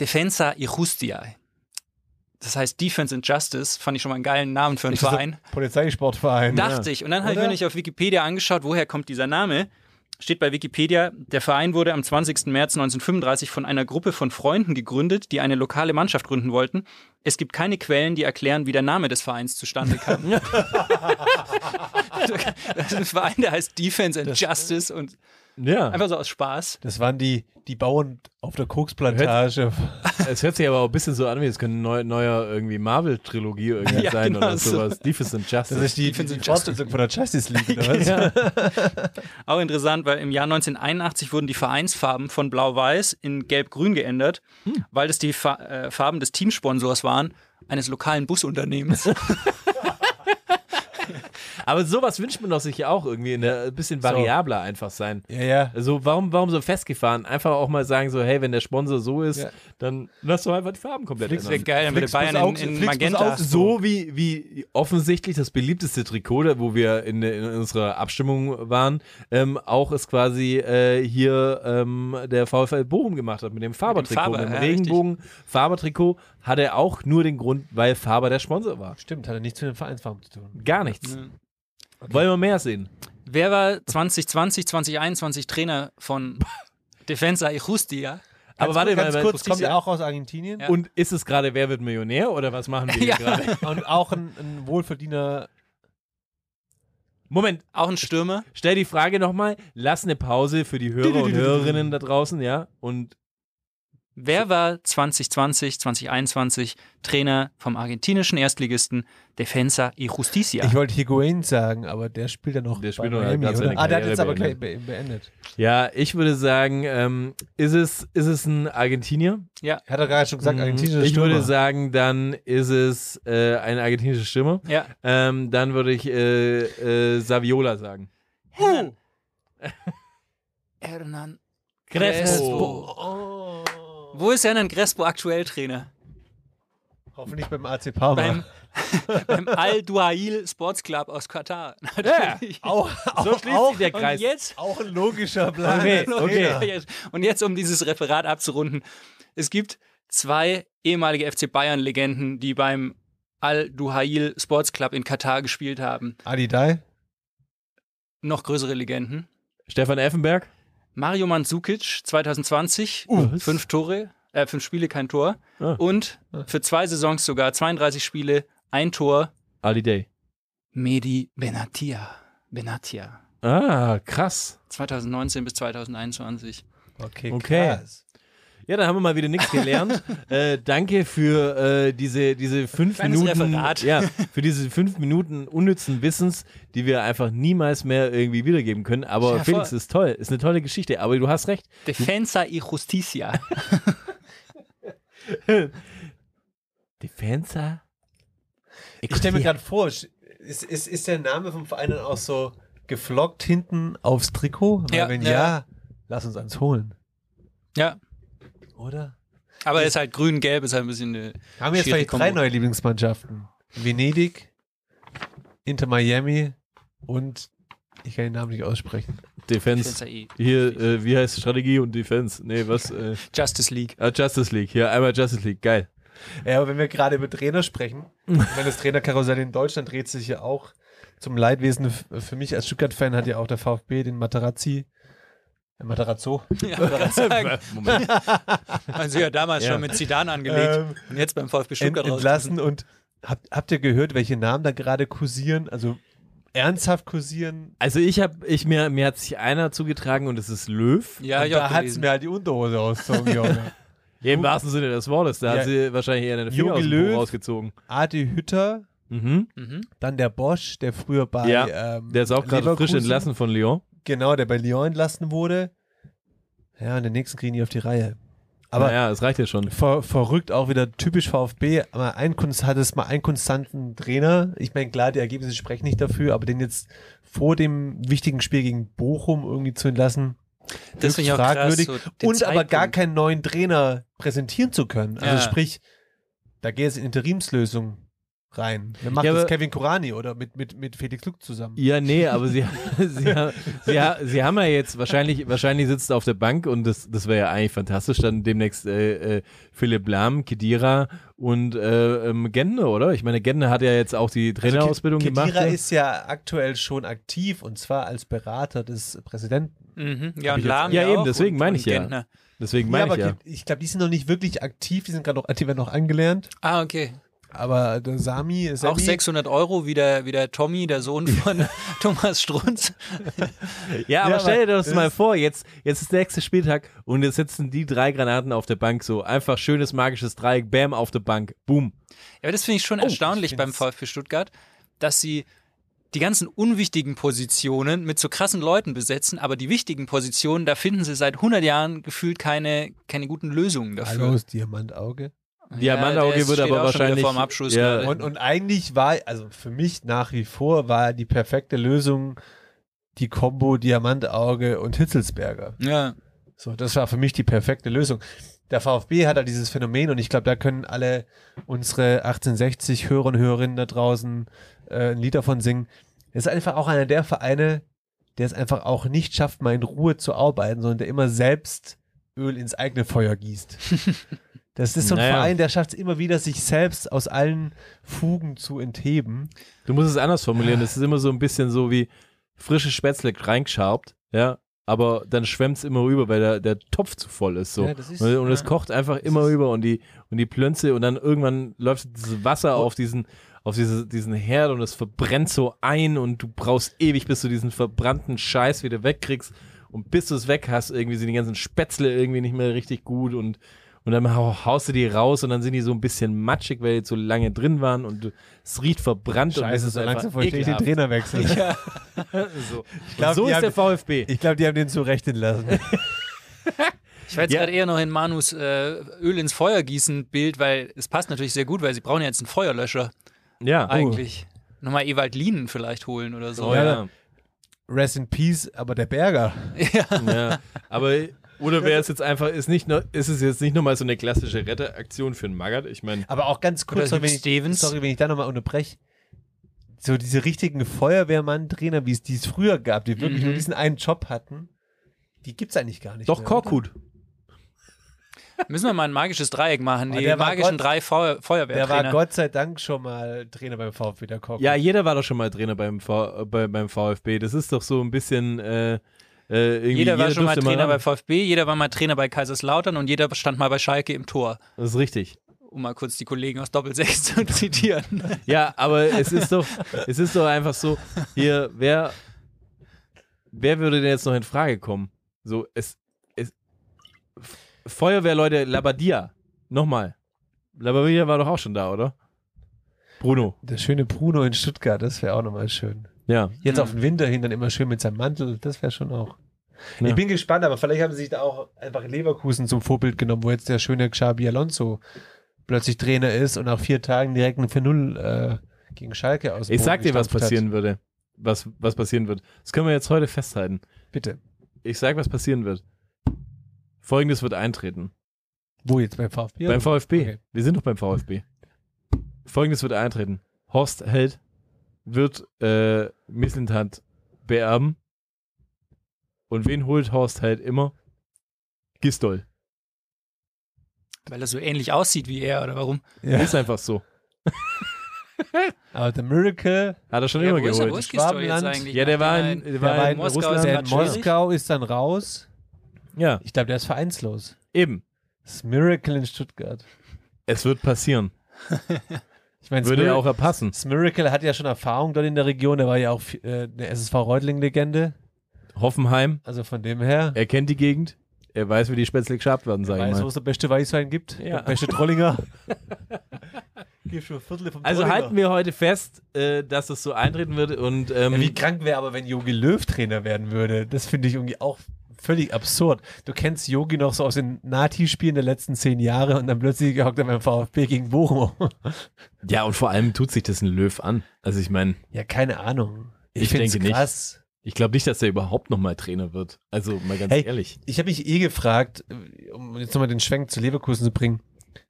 Speaker 8: Defensa y Justiae. Das heißt Defense and Justice, fand ich schon mal einen geilen Namen für einen
Speaker 7: Ist das
Speaker 8: Verein.
Speaker 7: ein Polizeisportverein.
Speaker 8: Dachte ich. Und dann habe ich
Speaker 7: Oder?
Speaker 8: mir nicht auf Wikipedia angeschaut, woher kommt dieser Name. Steht bei Wikipedia, der Verein wurde am 20. März 1935 von einer Gruppe von Freunden gegründet, die eine lokale Mannschaft gründen wollten. Es gibt keine Quellen, die erklären, wie der Name des Vereins zustande kam. das ist ein Verein, der heißt Defense and Justice und
Speaker 6: Ja,
Speaker 8: einfach so aus Spaß.
Speaker 7: Das waren die, die Bauern auf der Koksplantage.
Speaker 6: es hört sich aber auch ein bisschen so an, wie es könnte ein neu, neuer irgendwie Marvel-Trilogie irgendwie
Speaker 8: Ja,
Speaker 6: sein
Speaker 8: genau
Speaker 6: oder
Speaker 8: so.
Speaker 6: sowas. Defense and Justice.
Speaker 7: Das ist die,
Speaker 8: Defense
Speaker 7: die
Speaker 8: and
Speaker 7: Fortsetzung von der Justice League, oder was?
Speaker 8: Auch interessant, weil im Jahr 1981 wurden die Vereinsfarben von Blau-Weiß in Gelb-Grün geändert, weil das die Fa äh, Farben des Teamsponsors waren, eines lokalen Busunternehmens.
Speaker 6: aber sowas wünscht man doch sich ja auch irgendwie, in der, ein bisschen variabler einfach sein.
Speaker 7: Ja, ja.
Speaker 6: Also warum, warum so festgefahren? Einfach auch mal sagen so, hey, wenn der Sponsor so ist,
Speaker 7: Ja.
Speaker 6: dann lass doch einfach die Farben komplett
Speaker 8: Das
Speaker 6: ändern.
Speaker 8: wäre geil, dann würde
Speaker 7: Flix muss
Speaker 8: Bayern
Speaker 7: auch-
Speaker 8: in, in
Speaker 7: Flix muss
Speaker 8: Magenta.
Speaker 7: auch
Speaker 6: So wie, wie offensichtlich das beliebteste Trikot, wo wir in, in unserer Abstimmung waren, ähm, auch ist quasi äh, hier ähm, der VfL Bochum gemacht hat mit dem Faber-Trikot, mit
Speaker 8: Faber,
Speaker 6: dem,
Speaker 8: ja,
Speaker 6: Regenbogen. Faber-Trikot hatte auch nur den Grund, weil Faber der Sponsor war.
Speaker 7: Stimmt, hat er nichts mit den Vereinsfarben zu tun.
Speaker 6: Gar nichts. Wollen wir mehr sehen?
Speaker 8: Wer war 2020, 2021 Trainer von Defensa y Justia?
Speaker 6: Aber warte mal,
Speaker 7: ganz
Speaker 6: mal-
Speaker 7: kurz, kommt
Speaker 8: Justicia.
Speaker 7: er auch aus Argentinien
Speaker 8: Ja.
Speaker 6: und ist es gerade Wer wird Millionär oder was machen wir hier
Speaker 8: Ja.
Speaker 6: gerade?
Speaker 7: und auch ein, ein wohlverdiener
Speaker 6: Moment,
Speaker 8: Auch ein Stürmer?
Speaker 6: Stell die Frage nochmal, lass eine Pause für die Hörer und Hörerinnen da draußen, ja? Und
Speaker 8: Wer war 2020, 2021 Trainer vom argentinischen Erstligisten Defensa y Justicia?
Speaker 7: Ich wollte Higuain sagen, aber der spielt ja noch
Speaker 6: Der
Speaker 7: bei
Speaker 6: spielt noch, der hat
Speaker 7: Miami,
Speaker 6: gerade seine
Speaker 7: oder? Ah, der hat
Speaker 6: Karriere
Speaker 7: jetzt aber gleich
Speaker 6: beendet.
Speaker 7: be beendet.
Speaker 6: ja, ich würde sagen, ähm, ist, es, ist es ein Argentinier? Mhm.
Speaker 7: Hat er gerade schon gesagt, argentinischer
Speaker 6: ich
Speaker 7: Stürmer.
Speaker 6: würde sagen, dann ist es äh, ein argentinischer Stürmer.
Speaker 8: ja.
Speaker 6: Ähm, dann würde ich äh, äh, Saviola sagen.
Speaker 8: Hernan
Speaker 6: Crespo.
Speaker 7: Oh.
Speaker 8: Wo ist Hernan Crespo aktuell Trainer?
Speaker 7: Hoffentlich beim AC Parma.
Speaker 8: Beim, beim Al-Duail Sports Club aus Katar.
Speaker 6: Ja,
Speaker 7: auch, auch,
Speaker 6: so schließt
Speaker 7: auch,
Speaker 6: sich der
Speaker 8: Und
Speaker 6: Kreis.
Speaker 8: jetzt,
Speaker 7: auch ein logischer Plan.
Speaker 6: Okay,
Speaker 7: als Trainer.
Speaker 6: okay.
Speaker 8: und jetzt, um dieses Referat abzurunden, es gibt zwei ehemalige FC Bayern-Legenden, die beim Al-Duhail Sports Club in Katar gespielt haben.
Speaker 7: Adi Dai,
Speaker 8: Noch größere Legenden.
Speaker 6: Stefan Effenberg?
Speaker 8: Mario Mandzukic 2020, fünf Tore, äh, fünf Spiele, kein Tor.
Speaker 6: Ah.
Speaker 8: Und für zwei Saisons sogar 32 Spiele, ein Tor,
Speaker 6: Ali Day.
Speaker 8: Medi Benatia. Benatia.
Speaker 6: Ah, krass.
Speaker 8: 2019 bis 2021.
Speaker 7: Okay,
Speaker 6: Okay.
Speaker 7: krass.
Speaker 6: Ja, da haben wir mal wieder nichts gelernt. äh, danke für äh, diese, diese fünf
Speaker 8: Kleines
Speaker 6: Minuten.
Speaker 8: Referat.
Speaker 6: Ja, für diese fünf Minuten unnützen Wissens, die wir einfach niemals mehr irgendwie wiedergeben können. Aber
Speaker 8: Ja,
Speaker 6: Felix
Speaker 8: voll.
Speaker 6: ist toll, ist eine tolle Geschichte. Aber du hast recht.
Speaker 8: Defensa y Justicia.
Speaker 6: Defensa?
Speaker 7: Ich stelle mir gerade vor, ist, ist, ist der Name vom Verein dann auch so geflockt hinten aufs Trikot? Weil
Speaker 8: Ja,
Speaker 7: wenn
Speaker 8: ja.
Speaker 7: ja, lass uns eins holen,
Speaker 8: ja,
Speaker 7: oder?
Speaker 8: aber ist halt grün-gelb, ist halt ein bisschen eine
Speaker 7: Haben wir jetzt
Speaker 8: schwierige
Speaker 7: vielleicht drei
Speaker 8: Kombo.
Speaker 7: neue Lieblingsmannschaften. Venedig, Inter Miami und ich kann den Namen nicht aussprechen.
Speaker 6: Defense.
Speaker 8: Defensa y
Speaker 6: Hier, äh, wie heißt Strategie und Defense? Nee, was? Äh,
Speaker 8: Justice League.
Speaker 6: ah, Justice League. Hier, einmal Justice League. Geil.
Speaker 7: Ja, aber wenn wir gerade über Trainer sprechen, ich meine, das Trainerkarussell in Deutschland dreht sich ja auch zum Leidwesen. f- Für mich als Stuttgart-Fan hat ja auch der VfB den Materazzi, äh, Materazzo,
Speaker 6: Moment.
Speaker 8: Also ja, damals
Speaker 6: Ja.
Speaker 8: schon mit Zidane angelegt
Speaker 7: Ähm,
Speaker 8: und jetzt beim VfB
Speaker 7: ent,
Speaker 8: Stuttgart raus.
Speaker 7: entlassen und Habt, habt ihr gehört, welche Namen da gerade kursieren? Also ernsthaft kursieren?
Speaker 6: Also ich habe, ich mir, mir hat sich einer zugetragen und es ist Löw.
Speaker 8: Ja,
Speaker 7: Und
Speaker 8: ich
Speaker 7: da
Speaker 8: auch
Speaker 7: hat's
Speaker 8: gelesen.
Speaker 7: mir halt die Unterhose ausgezogen, Junge.
Speaker 6: Im wahrsten Sinne des Wortes. Da
Speaker 7: Ja.
Speaker 6: hat sie wahrscheinlich eher eine
Speaker 7: Jogi
Speaker 6: Finger aus dem Po
Speaker 7: Löw.
Speaker 6: rausgezogen.
Speaker 7: Adi Hütter,
Speaker 6: Mhm.
Speaker 7: dann der Bosch, der früher bei
Speaker 6: Ja,
Speaker 7: ähm,
Speaker 6: Der ist auch gerade frisch
Speaker 7: Leverkusen-
Speaker 6: entlassen von Lyon.
Speaker 7: Genau, der bei Lyon entlassen wurde. Ja, und den nächsten kriegen die auf die Reihe. Aber
Speaker 6: naja, es reicht ja schon.
Speaker 7: ver verrückt auch wieder typisch VfB. Aber ein Kunst hat es mal einen konstanten Trainer. Ich meine, klar, die Ergebnisse sprechen nicht dafür, aber den jetzt vor dem wichtigen Spiel gegen Bochum irgendwie zu entlassen,
Speaker 8: Das finde ich auch
Speaker 7: höchst
Speaker 8: krass.
Speaker 7: fragwürdig
Speaker 8: So den
Speaker 7: und aber gar
Speaker 8: Zeitpunkt.
Speaker 7: keinen neuen Trainer präsentieren zu können. Also
Speaker 8: Ja.
Speaker 7: sprich, da geht es in Interimslösung rein. Wer macht
Speaker 6: Ja,
Speaker 7: das
Speaker 6: aber-
Speaker 7: Kevin Kurani oder mit, mit, mit Felix Luck zusammen?
Speaker 6: Ja, nee, aber sie, sie, ha- sie, ha- sie haben ja jetzt, wahrscheinlich, wahrscheinlich sitzt er auf der Bank und das, das wäre ja eigentlich fantastisch, dann demnächst äh, äh, Philipp Lahm, Kedira und äh, ähm, Gende, oder? Ich meine, Gende hat ja jetzt auch die
Speaker 7: Also Ke-
Speaker 6: Trainerausbildung
Speaker 7: Kedira
Speaker 6: gemacht. ne?
Speaker 7: ist ja aktuell schon aktiv und zwar als Berater des Präsidenten.
Speaker 8: Mhm. Ja,
Speaker 6: Hab ich
Speaker 8: und
Speaker 6: jetzt-
Speaker 8: Lahm
Speaker 6: Ja, eben,
Speaker 8: auch
Speaker 6: deswegen
Speaker 8: und-
Speaker 6: meine
Speaker 8: und
Speaker 6: ich ja.
Speaker 8: Gentner.
Speaker 6: Deswegen meine
Speaker 7: aber
Speaker 6: ich ja.
Speaker 7: Ke- ich glaube, die sind noch nicht wirklich aktiv, die sind gerade noch, die werden noch angelernt.
Speaker 8: Ah, okay.
Speaker 7: Aber der Sami ist
Speaker 8: Auch 600 Euro, wie der, wie der Tommy, der Sohn von Thomas Strunz.
Speaker 6: Ja, aber
Speaker 7: aber
Speaker 6: stell dir das
Speaker 7: das
Speaker 6: mal
Speaker 7: ist-
Speaker 6: vor, jetzt, jetzt ist der nächste Spieltag und jetzt sitzen die drei Granaten auf der Bank so. Einfach schönes magisches Dreieck, bam, auf der Bank, boom.
Speaker 8: Ja, aber das finde ich schon erstaunlich
Speaker 7: Oh, ich
Speaker 8: beim
Speaker 7: find's-
Speaker 8: VfB Stuttgart, dass sie die ganzen unwichtigen Positionen mit so krassen Leuten besetzen, aber die wichtigen Positionen, da finden sie seit 100 Jahren gefühlt keine, keine guten Lösungen dafür.
Speaker 7: Hallo, Diamantauge.
Speaker 6: Diamantauge
Speaker 8: der ist-
Speaker 6: wird
Speaker 8: steht
Speaker 6: aber
Speaker 8: auch schon wieder
Speaker 6: wahrscheinlich-
Speaker 8: vorm Abschluss
Speaker 6: ja.
Speaker 8: gerade.
Speaker 7: Und, und eigentlich war, also für mich nach wie vor, war die perfekte Lösung die Combo Diamantauge und Hitzelsberger.
Speaker 8: ja.
Speaker 7: So, das war für mich die perfekte Lösung. Der VfB hat halt dieses Phänomen und ich glaube, da können alle unsere 1860-Hörer und Hörerinnen da draußen äh, ein Lied davon singen. Es ist einfach auch einer der Vereine, der es einfach auch nicht schafft, mal in Ruhe zu arbeiten, sondern der immer selbst Öl ins eigene Feuer gießt. Das ist so ein
Speaker 6: Naja.
Speaker 7: Verein, der schafft es immer wieder, sich selbst aus allen Fugen zu entheben.
Speaker 6: Du musst es anders formulieren. Das ist immer so ein bisschen so wie frische Spätzle reingeschabt, ja. Aber dann schwemmt's immer rüber, weil der, der Topf zu voll ist. So.
Speaker 7: Ja, das ist-
Speaker 6: und und es kocht einfach immer rüber und die, und die Plönze und dann irgendwann läuft dieses Wasser
Speaker 7: Oh.
Speaker 6: auf diesen, auf diese, diesen Herd und es verbrennt so ein und du brauchst ewig, bis du diesen verbrannten Scheiß wieder wegkriegst. Und bis du es weg hast, irgendwie sind die ganzen Spätzle irgendwie nicht mehr richtig gut und, und dann hau- haust du die raus und dann sind die so ein bisschen matschig, weil die zu lange drin waren und du- es riecht verbrannt und es ist einfach
Speaker 7: ich den
Speaker 6: ekelhaft.
Speaker 7: Trainerwechsel. Ja.
Speaker 8: Also,
Speaker 6: So,
Speaker 7: glaub,
Speaker 6: und so
Speaker 7: die
Speaker 6: ist
Speaker 7: haben-
Speaker 6: der VfB.
Speaker 7: Ich glaube, die haben den zurecht entlassen.
Speaker 8: Ich war jetzt
Speaker 6: Ja.
Speaker 8: gerade eher noch in Manus äh, Öl ins Feuer gießen Bild, weil es passt natürlich sehr gut, weil sie brauchen ja jetzt einen Feuerlöscher
Speaker 7: Oh.
Speaker 6: ja,
Speaker 8: eigentlich. Nochmal Ewald Lienen vielleicht holen oder so.
Speaker 6: Oh, ja.
Speaker 7: Rest in Peace, aber der Berger.
Speaker 6: ja. Aber oder wäre es jetzt einfach, ist, nicht nur, ist es jetzt nicht nochmal so eine klassische Retteraktion für einen Magath? Ich meine,
Speaker 7: Aber auch ganz
Speaker 8: Oder
Speaker 7: kurz, sorry, wenn,
Speaker 8: Hugh
Speaker 7: ich,
Speaker 8: Stevens.
Speaker 7: sorry, wenn ich da nochmal unterbreche. So diese richtigen Feuerwehrmann-Trainer, wie es die es früher gab, die wirklich nur diesen einen Job hatten, die gibt's eigentlich gar nicht.
Speaker 6: doch
Speaker 7: mehr.
Speaker 6: Korkut.
Speaker 8: Müssen wir mal ein magisches Dreieck machen,
Speaker 7: Aber
Speaker 8: die
Speaker 7: Oh, der war
Speaker 8: magischen
Speaker 7: Gott.
Speaker 8: drei Feuer
Speaker 7: Der
Speaker 8: Feuerwehrtrainer.
Speaker 7: war Gott sei Dank schon mal Trainer beim VfB, der Korkut.
Speaker 6: Ja, jeder war doch schon mal Trainer beim, v, äh, bei, beim VfB. Das ist doch so ein bisschen. Äh, äh, irgendwie
Speaker 8: Jeder war schon mal
Speaker 6: durfte
Speaker 8: Trainer bei
Speaker 6: ran.
Speaker 8: VfB, jeder war mal Trainer bei Kaiserslautern und jeder stand mal bei Schalke im Tor.
Speaker 6: Das ist richtig.
Speaker 8: Um mal kurz die Kollegen aus Doppelsechs zu zitieren.
Speaker 6: Ja, aber es ist doch, es ist doch einfach so, hier, wer, wer würde denn jetzt noch in Frage kommen? So, es, es F- Feuerwehrleute, Labadia, nochmal. Labadia war doch auch schon da, oder? Bruno,
Speaker 7: Der schöne Bruno in Stuttgart, das wäre auch nochmal schön.
Speaker 6: ja.
Speaker 7: Jetzt auf den Winter hin, dann immer schön mit seinem Mantel, das wäre schon auch.
Speaker 6: Ja.
Speaker 7: Ich bin gespannt, aber vielleicht haben sie sich da auch einfach Leverkusen zum Vorbild genommen, wo jetzt der schöne Xabi Alonso plötzlich Trainer ist und nach vier Tagen direkt ein 4-0 äh, gegen Schalke aus. dem
Speaker 6: Ich
Speaker 7: Boden
Speaker 6: sag dir, was
Speaker 7: gestampft hat.
Speaker 6: passieren würde. Was, was passieren wird. Das können wir jetzt heute festhalten.
Speaker 7: Bitte.
Speaker 6: Ich sag, was passieren wird. Folgendes wird eintreten.
Speaker 7: Wo jetzt beim VfB?
Speaker 6: Beim VfB.
Speaker 7: Okay.
Speaker 6: Wir sind doch beim VfB. Folgendes wird eintreten. Horst Held wird äh, Mislintat beerben. Und wen holt Horst Held immer? Gistol.
Speaker 8: Weil er so ähnlich aussieht wie er, oder warum?
Speaker 7: Ja.
Speaker 6: Ist einfach so.
Speaker 7: Aber der Miracle,
Speaker 6: Hat er schon
Speaker 8: Ja,
Speaker 6: immer
Speaker 8: wo ist er, wo
Speaker 6: geholt.
Speaker 8: ist Gistol jetzt
Speaker 7: Schwabenland.
Speaker 8: eigentlich?
Speaker 6: Ja, der war in,
Speaker 8: Nein.
Speaker 6: der
Speaker 7: der
Speaker 6: war
Speaker 7: war
Speaker 6: in
Speaker 7: in
Speaker 8: Moskau,
Speaker 6: Russland.
Speaker 7: der in
Speaker 8: Ganz schwierig.
Speaker 7: Moskau ist dann raus.
Speaker 6: Ja,
Speaker 7: Ich glaube, der ist vereinslos.
Speaker 6: eben.
Speaker 7: Das Miracle in Stuttgart.
Speaker 6: Es wird passieren.
Speaker 7: Ich meine,
Speaker 6: Würde ja
Speaker 7: Smir-
Speaker 6: auch erpassen.
Speaker 7: Smiracle hat ja schon Erfahrung dort in der Region. Der war ja auch viel- äh, eine SSV-Reutling-Legende.
Speaker 6: Hoffenheim,
Speaker 7: Also von dem her.
Speaker 6: er kennt die Gegend, er weiß, wie die Spätzle geschabt werden, sag ich
Speaker 7: Weiß, wo
Speaker 6: mal.
Speaker 7: es der beste Weißwein gibt.
Speaker 6: Ja.
Speaker 7: Der beste Trollinger. Gib schon ein Viertel vom
Speaker 6: Also
Speaker 7: Trollinger.
Speaker 6: halten wir heute fest, äh, dass es so eintreten wird und
Speaker 7: Ja,
Speaker 6: ähm,
Speaker 7: Wie krank wäre aber, wenn Jogi Löw Trainer werden würde? Das finde ich irgendwie auch völlig absurd. Du kennst Jogi noch so aus den Nati-Spielen der letzten zehn Jahre und dann plötzlich gehockt er beim VfB gegen Bochum.
Speaker 6: ja und vor allem tut sich das ein Löw an. Also ich meine,
Speaker 7: Ja, keine Ahnung.
Speaker 6: Ich
Speaker 7: find's
Speaker 6: denke nicht.
Speaker 7: krass.
Speaker 6: ich glaube nicht, dass er überhaupt noch mal Trainer wird. Also mal ganz
Speaker 7: Hey.
Speaker 6: ehrlich.
Speaker 7: Ich habe mich eh gefragt, um jetzt nochmal den Schwenk zu Leverkusen zu bringen,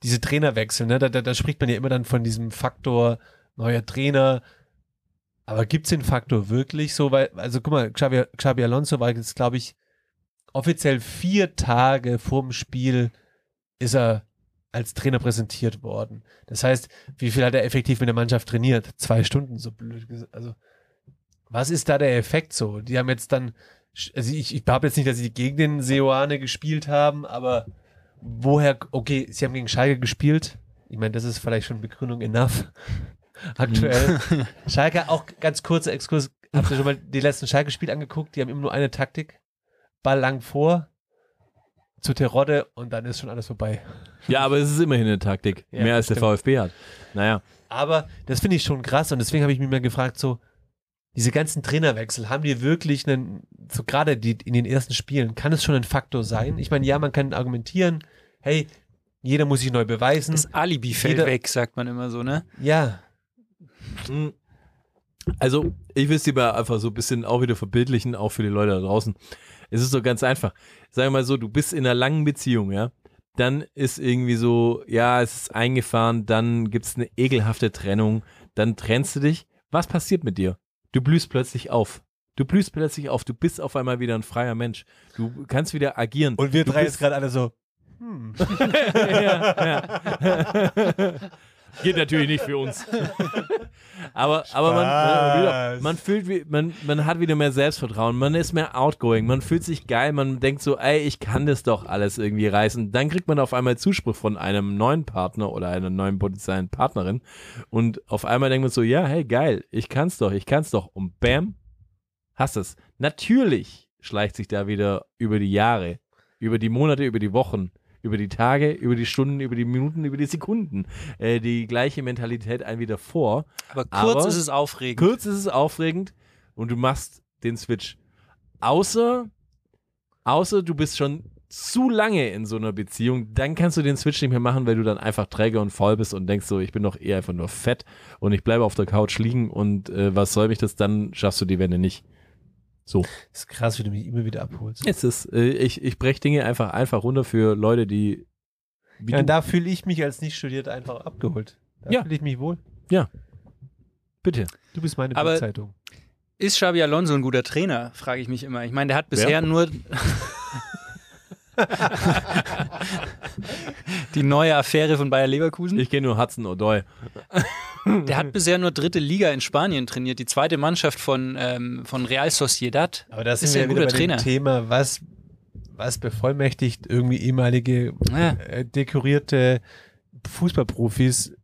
Speaker 7: diese Trainerwechsel, ne? da, da, da spricht man ja immer dann von diesem Faktor neuer Trainer. Aber gibt es den Faktor wirklich so? Weil, also guck mal, Xabi, Xabi Alonso war jetzt, glaube ich, offiziell vier Tage vorm Spiel ist er als Trainer präsentiert worden. Das heißt, wie viel hat er effektiv mit der Mannschaft trainiert? Zwei Stunden, so blöd gesagt. Also, was ist da der Effekt so? Die haben jetzt dann, also ich, ich behaupte jetzt nicht, dass sie gegen den Seoane gespielt haben, aber woher, okay, sie haben gegen Schalke gespielt. Ich meine, das ist vielleicht schon Begründung enough. Aktuell. Schalke, auch ganz kurzer Exkurs. Habt ihr schon mal die letzten Schalke-Spiele angeguckt? Die haben immer nur eine Taktik. Ball lang vor, zu Terodde und dann ist schon alles vorbei.
Speaker 6: Ja, aber es ist immerhin eine Taktik.
Speaker 7: Ja,
Speaker 6: Mehr als der
Speaker 7: stimmt.
Speaker 6: VfB hat. Naja.
Speaker 7: Aber das finde ich schon krass und deswegen habe ich mich mal gefragt, so, diese ganzen Trainerwechsel, haben die wirklich einen, so gerade die in den ersten Spielen, kann es schon ein Faktor sein? Ich meine, ja, man kann argumentieren, hey, jeder muss sich neu beweisen.
Speaker 8: Das Alibi fällt
Speaker 7: Jeder-
Speaker 8: weg, sagt man immer so, ne?
Speaker 7: ja,
Speaker 6: Also, ich will es dir mal einfach so ein bisschen auch wieder verbildlichen, auch für die Leute da draußen. Es ist so ganz einfach. Sagen wir mal so, du bist in einer langen Beziehung, ja. Dann ist irgendwie so, ja, es ist eingefahren, dann gibt es eine ekelhafte Trennung, dann trennst du dich. Was passiert mit dir? Du blühst plötzlich auf. Du blühst plötzlich auf, du bist auf einmal wieder ein freier Mensch. Du kannst wieder agieren.
Speaker 7: und wir
Speaker 6: du
Speaker 7: drei
Speaker 6: bist-
Speaker 7: jetzt gerade alle so,
Speaker 6: Geht natürlich nicht für uns. aber aber man,
Speaker 7: Spaß.
Speaker 6: man fühlt, wie- man, man hat wieder mehr Selbstvertrauen, man ist mehr outgoing, man fühlt sich geil, man denkt so, ey, ich kann das doch alles irgendwie reißen. Dann kriegt man auf einmal Zuspruch von einem neuen Partner oder einer neuen potenziellen Partnerin und auf einmal denkt man so, ja, hey, geil, ich kann's doch, ich kann's doch. Und bam, hast es. Natürlich schleicht sich da wieder über die Jahre, über die Monate, über die Wochen, über die Tage, über die Stunden, über die Minuten, über die Sekunden äh, die gleiche Mentalität ein wieder vor.
Speaker 8: Aber kurz
Speaker 6: Aber-
Speaker 8: ist es aufregend.
Speaker 6: Kurz ist es aufregend und du machst den Switch. Außer, außer du bist schon zu lange in so einer Beziehung, dann kannst du den Switch nicht mehr machen, weil du dann einfach träge und faul bist und denkst so, ich bin doch eher einfach nur fett und ich bleibe auf der Couch liegen und äh, was soll mich das, dann schaffst du die Wende nicht. So.
Speaker 7: ist krass, wie du mich immer wieder abholst.
Speaker 6: Es ist, äh, ich, ich breche Dinge einfach, einfach runter für Leute, die. Wie
Speaker 7: Ja,
Speaker 6: du.
Speaker 7: und da fühle ich mich als nicht studiert einfach abgeholt. Da
Speaker 6: Ja.
Speaker 7: fühle ich mich wohl.
Speaker 6: Bitte.
Speaker 7: Du bist meine
Speaker 8: Aber-
Speaker 7: Bildzeitung.
Speaker 8: Ist Xabi Alonso ein guter Trainer, frage ich mich immer. Ich meine, der hat bisher
Speaker 6: Wer?
Speaker 8: nur die neue Affäre von Bayer Leverkusen.
Speaker 6: Ich kenne nur Hudson O'Doy.
Speaker 8: Der
Speaker 6: Mhm.
Speaker 8: hat bisher nur dritte Liga in Spanien trainiert, die zweite Mannschaft von, ähm, von Real Sociedad.
Speaker 7: Aber das
Speaker 8: Ist
Speaker 7: sind wir
Speaker 8: ja ein
Speaker 7: wieder
Speaker 8: guter
Speaker 7: bei dem
Speaker 8: Trainer.
Speaker 7: Thema, was, was bevollmächtigt irgendwie ehemalige
Speaker 8: Ja.
Speaker 7: äh, dekorierte Fußballprofis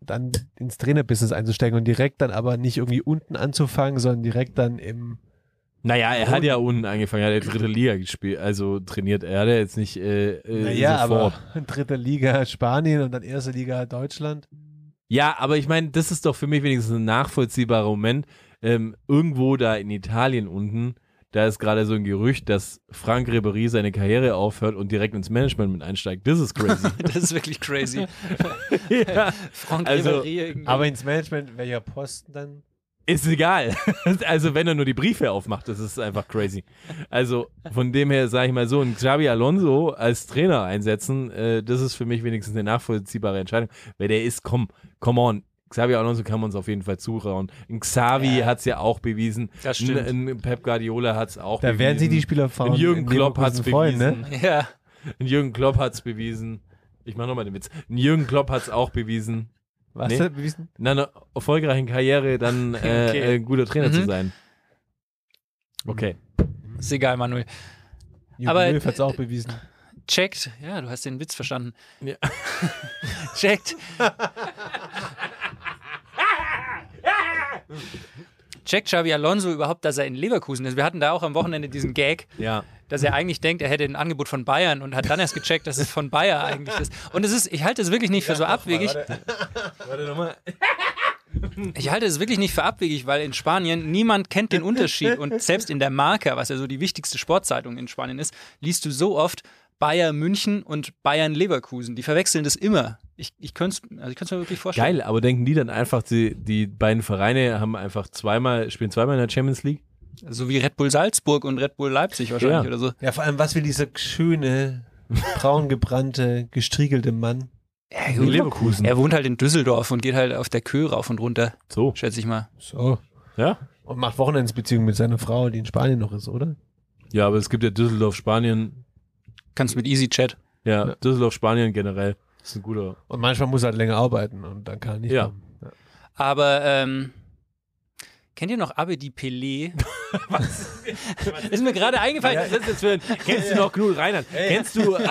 Speaker 7: dann ins Trainerbusiness einzusteigen und direkt dann aber nicht irgendwie unten anzufangen, sondern direkt dann im
Speaker 6: Naja, er hat ja unten angefangen, er hat ja dritte Liga gespielt, also trainiert. Er hat ja jetzt nicht äh, äh,
Speaker 7: naja, aber
Speaker 6: sofort.
Speaker 7: dritte Liga Spanien und dann erste Liga Deutschland.
Speaker 6: Ja, aber ich meine, das ist doch für mich wenigstens ein nachvollziehbarer Moment. Ähm, irgendwo da in Italien unten, da ist gerade so ein Gerücht, dass Frank Ribery seine Karriere aufhört und direkt ins Management mit einsteigt. Das ist crazy.
Speaker 8: Das ist wirklich crazy.
Speaker 6: ja.
Speaker 8: Franck
Speaker 6: Also,
Speaker 8: Ribéry irgendwie.
Speaker 7: Aber ins Management, welcher Posten dann?
Speaker 6: Ist egal. Also wenn er nur die Briefe aufmacht, das ist einfach crazy. Also von dem her sage ich mal so, ein Xabi Alonso als Trainer einsetzen, äh, das ist für mich wenigstens eine nachvollziehbare Entscheidung. Weil der ist, komm, come on. Xabi Alonso kann man uns auf jeden Fall zutrauen. Ein Xavi hat's hat es ja auch bewiesen.
Speaker 8: Das stimmt.
Speaker 6: Ein, ein Pep Guardiola hat es auch
Speaker 7: Da
Speaker 6: bewiesen.
Speaker 7: werden sich die Spieler fahren.
Speaker 6: Ein Jürgen Klopp hat es bewiesen.
Speaker 7: ne?
Speaker 8: ja.
Speaker 6: Ein Jürgen Klopp hat es bewiesen. Ich mache nochmal den Witz. Ein Jürgen Klopp hat es auch bewiesen.
Speaker 7: Was
Speaker 6: Nee.
Speaker 7: hat er bewiesen?
Speaker 6: in einer erfolgreichen Karriere dann äh,
Speaker 8: Okay.
Speaker 6: äh, ein guter Trainer zu
Speaker 8: Mhm.
Speaker 6: sein. Okay.
Speaker 8: Ist egal, Manuel.
Speaker 7: Jürgen
Speaker 8: Aber-
Speaker 7: Löw hat es auch bewiesen.
Speaker 8: Checkt, ja, du hast den Witz verstanden.
Speaker 6: Ja.
Speaker 8: Checkt. checkt Xavi Alonso überhaupt, dass er in Leverkusen ist? Wir hatten da auch am Wochenende diesen Gag,
Speaker 6: Ja.
Speaker 8: dass er eigentlich denkt, er hätte ein Angebot von Bayern und hat dann erst gecheckt, dass es von Bayer eigentlich ist. Und es ist, ich halte es wirklich nicht für so abwegig.
Speaker 6: Warte nochmal.
Speaker 8: Ich halte es wirklich nicht für abwegig, weil in Spanien niemand kennt den Unterschied. Und selbst in der Marca, was ja so die wichtigste Sportzeitung in Spanien ist, liest du so oft Bayern München und Bayern Leverkusen. Die verwechseln das immer. Ich, ich könnte es also ich könnte es mir wirklich vorstellen.
Speaker 6: Geil, aber denken die dann einfach, die, die beiden Vereine haben einfach zweimal, spielen zweimal in der Champions League?
Speaker 8: So wie Red Bull Salzburg und Red Bull Leipzig wahrscheinlich
Speaker 6: Ja.
Speaker 8: oder so.
Speaker 7: Ja, vor allem, was will dieser schöne, braungebrannte, gestriegelte Mann?
Speaker 6: In Leverkusen.
Speaker 8: Er wohnt halt in Düsseldorf und geht halt auf der Kö rauf und runter,
Speaker 6: So.
Speaker 8: schätze ich mal.
Speaker 7: So.
Speaker 6: Ja?
Speaker 7: Und macht Wochenendsbeziehungen mit seiner Frau, die in Spanien noch ist, oder?
Speaker 6: Ja, aber es gibt ja Düsseldorf, Spanien.
Speaker 8: Kannst mit EasyChat.
Speaker 6: Ja, Düsseldorf, Spanien generell. ist ein guter.
Speaker 7: Und manchmal muss er halt länger arbeiten und dann kann er nicht
Speaker 6: Ja.
Speaker 7: kommen.
Speaker 8: Aber ähm, kennt ihr noch Abedi Pelé? Was? Ist mir gerade eingefallen.
Speaker 6: Was ist das für ein, kennst du noch Knut Reinhardt? Kennst du, äh,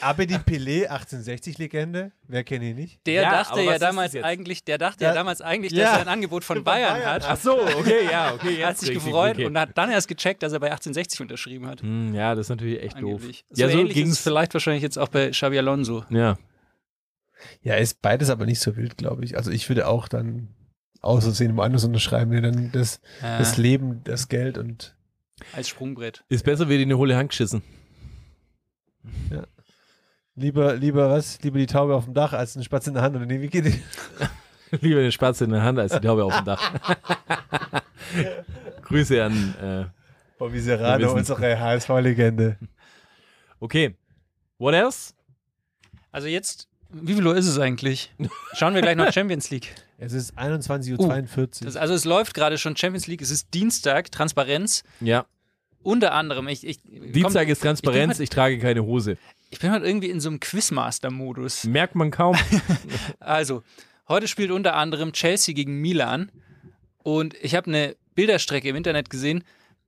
Speaker 7: Aber die Pelé 1860-Legende, wer kennt ihn nicht?
Speaker 8: Der
Speaker 6: Ja, aber
Speaker 8: dachte
Speaker 6: was
Speaker 8: ja
Speaker 6: ist das
Speaker 8: damals
Speaker 6: jetzt?
Speaker 8: eigentlich, der dachte ja,
Speaker 7: Ja.
Speaker 8: damals eigentlich,
Speaker 7: Ja.
Speaker 8: dass er ein Angebot von Bayern,
Speaker 6: ach
Speaker 8: hat.
Speaker 6: so, okay, ja, okay,
Speaker 8: Hat
Speaker 6: jetzt
Speaker 8: sich
Speaker 6: krieg ich die
Speaker 8: gefreut
Speaker 6: Brücke.
Speaker 8: und hat dann erst gecheckt, dass er bei 1860 unterschrieben hat.
Speaker 6: Hm, Ja, das ist natürlich echt
Speaker 8: Angeblich.
Speaker 6: doof. Ja,
Speaker 8: so,
Speaker 6: so
Speaker 8: ähnlich ist es
Speaker 6: ging's.
Speaker 8: vielleicht wahrscheinlich jetzt auch bei Xabi Alonso.
Speaker 6: Ja.
Speaker 7: Ja, ist beides aber nicht so wild, glaube ich. Also ich würde auch dann außersehen woanders unterschreiben, der dann das,
Speaker 8: Äh,
Speaker 7: das Leben, das Geld und
Speaker 8: als Sprungbrett.
Speaker 6: Ist besser, wie die eine hohle Hand geschissen.
Speaker 7: lieber, lieber was? Lieber die Taube auf dem Dach als einen Spatz in der Hand. Oder nee, wie geht die?
Speaker 6: Lieber den Spatz in der Hand als die Taube auf dem Dach. Grüße an. Äh,
Speaker 7: Bobby
Speaker 6: Wir
Speaker 7: Serrano,
Speaker 6: wissen.
Speaker 7: unsere HSV-Legende.
Speaker 6: okay. What else?
Speaker 8: Also jetzt, wie viel Uhr ist es eigentlich? Schauen wir gleich nach Champions League.
Speaker 7: Es ist 21.42
Speaker 8: Uh,
Speaker 7: Uhr. 42.
Speaker 8: Das, also es läuft gerade schon Champions League, es ist Dienstag, Transparenz.
Speaker 6: Ja.
Speaker 8: Unter anderem, ich, ich,
Speaker 6: Dienstag
Speaker 8: komm,
Speaker 6: ist Transparenz,
Speaker 8: Ich,
Speaker 6: ich trage keine Hose.
Speaker 8: ich bin halt irgendwie in so einem Quizmaster-Modus.
Speaker 6: Merkt man kaum.
Speaker 8: Also, heute spielt unter anderem Chelsea gegen Milan. Und ich habe eine Bilderstrecke im Internet gesehen.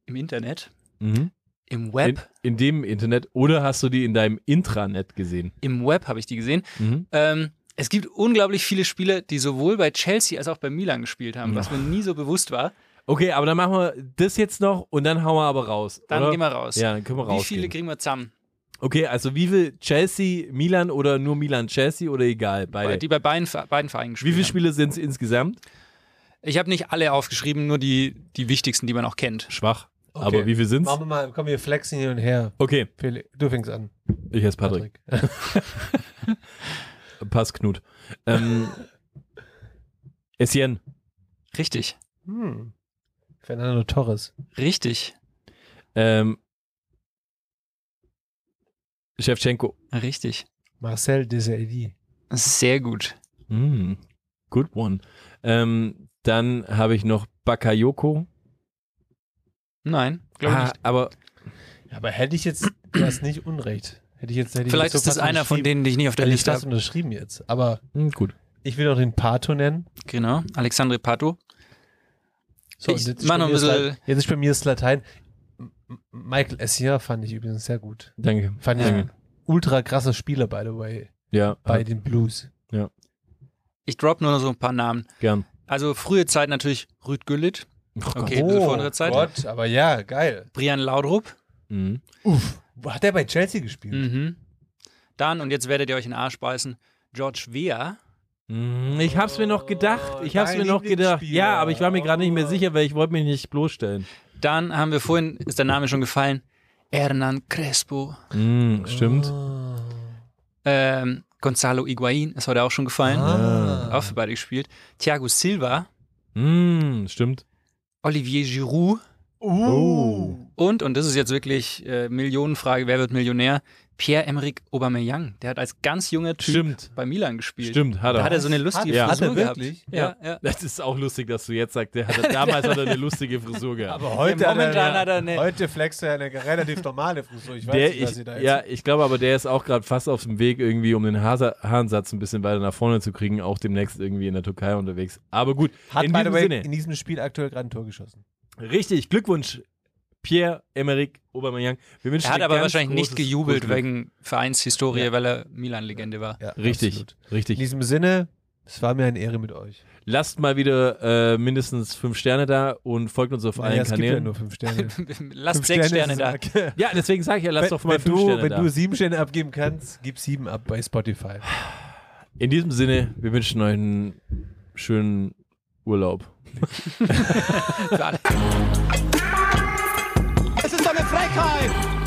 Speaker 8: Im Internet?
Speaker 6: Mhm.
Speaker 8: Im
Speaker 6: In,
Speaker 8: Web?
Speaker 6: in dem Internet. Oder hast du die in deinem Intranet gesehen?
Speaker 8: Im Web habe ich die gesehen.
Speaker 6: Mhm.
Speaker 8: Ähm, es gibt unglaublich viele Spieler, die sowohl bei Chelsea als auch bei Milan gespielt haben, was mir nie so bewusst war.
Speaker 6: Okay, aber dann machen wir das jetzt noch und dann hauen wir aber raus.
Speaker 8: Dann
Speaker 6: oder?
Speaker 8: gehen wir raus.
Speaker 6: Ja, dann können wir
Speaker 8: Wie
Speaker 6: raus.
Speaker 8: viele kriegen wir zusammen?
Speaker 6: Okay, also wie viel Chelsea, Milan oder nur Milan, Chelsea oder egal? Beide.
Speaker 8: Die bei beiden, Ver- beiden Vereinen
Speaker 6: wie
Speaker 8: gespielt
Speaker 6: viele
Speaker 8: haben.
Speaker 6: Spiele sind es insgesamt?
Speaker 8: Ich habe nicht alle aufgeschrieben, nur die, die wichtigsten, die man auch kennt.
Speaker 6: Schwach. Aber wie viel sind es?
Speaker 7: Machen wir mal, komm, wir flexen hin und her.
Speaker 6: Okay,
Speaker 7: Felix, du fängst an.
Speaker 6: ich heiße Patrick. Pass, Knut. Ähm, Essien,
Speaker 8: Richtig.
Speaker 7: Hm. Fernando Torres.
Speaker 8: Richtig.
Speaker 6: ähm, Shevchenko.
Speaker 8: Richtig.
Speaker 7: Marcel Desailly.
Speaker 8: Sehr gut.
Speaker 6: Mm, good one. Ähm, dann habe ich noch Bakayoko.
Speaker 8: Nein, glaube
Speaker 6: Ah,
Speaker 8: nicht.
Speaker 6: aber
Speaker 7: Ja, aber hätte ich jetzt, du hast nicht unrecht. Hätte ich jetzt, hätte ich
Speaker 8: Vielleicht
Speaker 7: jetzt
Speaker 8: ist
Speaker 7: so
Speaker 8: das
Speaker 7: fast
Speaker 8: einer von
Speaker 7: unterschrieben.
Speaker 8: denen, die ich nicht auf der
Speaker 7: Hätte ich
Speaker 8: Liste
Speaker 7: das
Speaker 8: habe.
Speaker 7: unterschrieben jetzt. Aber
Speaker 6: hm, gut.
Speaker 7: ich will auch den Pato nennen.
Speaker 8: Genau, Alexandre Pato. Ich
Speaker 7: und jetzt
Speaker 8: mach
Speaker 7: ist bei
Speaker 8: noch ein
Speaker 7: mir
Speaker 8: bisschen-
Speaker 7: Sla- Jetzt ist bei mir das Latein. M- M- Michael Essien fand ich übrigens sehr gut.
Speaker 6: Danke.
Speaker 7: Fand ich
Speaker 8: Ja.
Speaker 7: ein ultra krasser Spieler, by the way,
Speaker 6: Ja,
Speaker 7: bei
Speaker 6: äh,
Speaker 7: den Blues.
Speaker 8: Ich drop nur noch so ein paar Namen.
Speaker 6: gern.
Speaker 8: Also frühe Zeit natürlich Rüd Güllit,
Speaker 7: Oh
Speaker 8: Okay, ein bisschen vor unserer Zeit.
Speaker 7: Gott, aber ja, geil.
Speaker 8: Brian Laudrup.
Speaker 6: Mhm.
Speaker 7: Uff, hat er bei Chelsea gespielt?
Speaker 8: Mhm. Dann, und jetzt werdet ihr euch in den Arsch beißen, George Weah.
Speaker 6: Mm, Ich hab's mir noch gedacht. Ich hab's
Speaker 7: dein
Speaker 6: mir noch gedacht.
Speaker 7: Lieblingsspieler.
Speaker 6: Ja, aber ich war mir gerade nicht mehr sicher, weil ich wollte mich nicht bloßstellen.
Speaker 8: Dann haben wir vorhin, ist der Name schon gefallen, Hernan Crespo.
Speaker 6: Mm, stimmt.
Speaker 7: Ah.
Speaker 8: Ähm, Gonzalo Higuain ist heute auch schon gefallen.
Speaker 7: Ah.
Speaker 8: Auch für beide gespielt. Thiago Silva,
Speaker 6: Mm, stimmt.
Speaker 8: Olivier Giroud
Speaker 7: Uh.
Speaker 6: Oh.
Speaker 8: und, und das ist jetzt wirklich äh, Millionenfrage, wer wird Millionär? Pierre-Emerick Aubameyang. Der hat als ganz junger Typ
Speaker 6: Stimmt.
Speaker 8: bei Milan gespielt.
Speaker 6: Stimmt, hat
Speaker 8: Da
Speaker 6: er.
Speaker 8: hat er so eine lustige
Speaker 6: Ja.
Speaker 8: Frisur
Speaker 7: Hat er wirklich?
Speaker 8: gehabt. Ja, ja.
Speaker 6: das ist auch lustig, dass du jetzt sagst, der hatte, damals hat er eine lustige Frisur gehabt.
Speaker 7: Aber heute,
Speaker 8: Ja,
Speaker 7: hat er,
Speaker 8: momentan
Speaker 7: ja-
Speaker 8: hat er eine-
Speaker 7: heute flext er eine relativ normale Frisur. Ich weiß
Speaker 6: der,
Speaker 7: nicht, was sie
Speaker 6: ich,
Speaker 7: da jetzt-
Speaker 6: ja, ich glaube aber, der ist auch gerade fast auf dem Weg, irgendwie, um den Hasa- Haarensatz ein bisschen weiter nach vorne zu kriegen, auch demnächst irgendwie in der Türkei unterwegs. Aber gut,
Speaker 7: Hat
Speaker 6: in
Speaker 7: by the
Speaker 6: diesem
Speaker 7: way
Speaker 6: Sinne.
Speaker 7: in diesem Spiel aktuell gerade ein Tor geschossen.
Speaker 6: Richtig, Glückwunsch, Pierre Emerick Aubameyang. Wir wünschen
Speaker 8: Er hat
Speaker 6: dir
Speaker 8: aber
Speaker 6: ganz
Speaker 8: wahrscheinlich nicht
Speaker 6: großes-
Speaker 8: gejubelt
Speaker 6: großes Glück.
Speaker 8: wegen Vereinshistorie, weil er Milan-Legende war.
Speaker 7: Ja,
Speaker 6: Richtig,
Speaker 7: absolut. In
Speaker 6: richtig.
Speaker 7: diesem Sinne, Es war mir eine Ehre mit euch.
Speaker 6: Lasst mal wieder äh, mindestens fünf Sterne da und folgt uns auf allen
Speaker 7: Naja, es gibt ja
Speaker 6: Kanälen.
Speaker 7: nur fünf Sterne.
Speaker 8: Lasst sechs Sterne, da.
Speaker 7: da.
Speaker 6: ja, deswegen sage ich ja, lasst
Speaker 7: Wenn,
Speaker 6: doch mal
Speaker 7: wenn,
Speaker 6: fünf
Speaker 7: du,
Speaker 6: Sterne
Speaker 7: wenn
Speaker 6: da.
Speaker 7: du sieben Sterne abgeben kannst, gib sieben ab bei Spotify.
Speaker 6: In diesem Sinne, wir wünschen euch einen schönen Urlaub.
Speaker 2: Es ist eine Frechheit.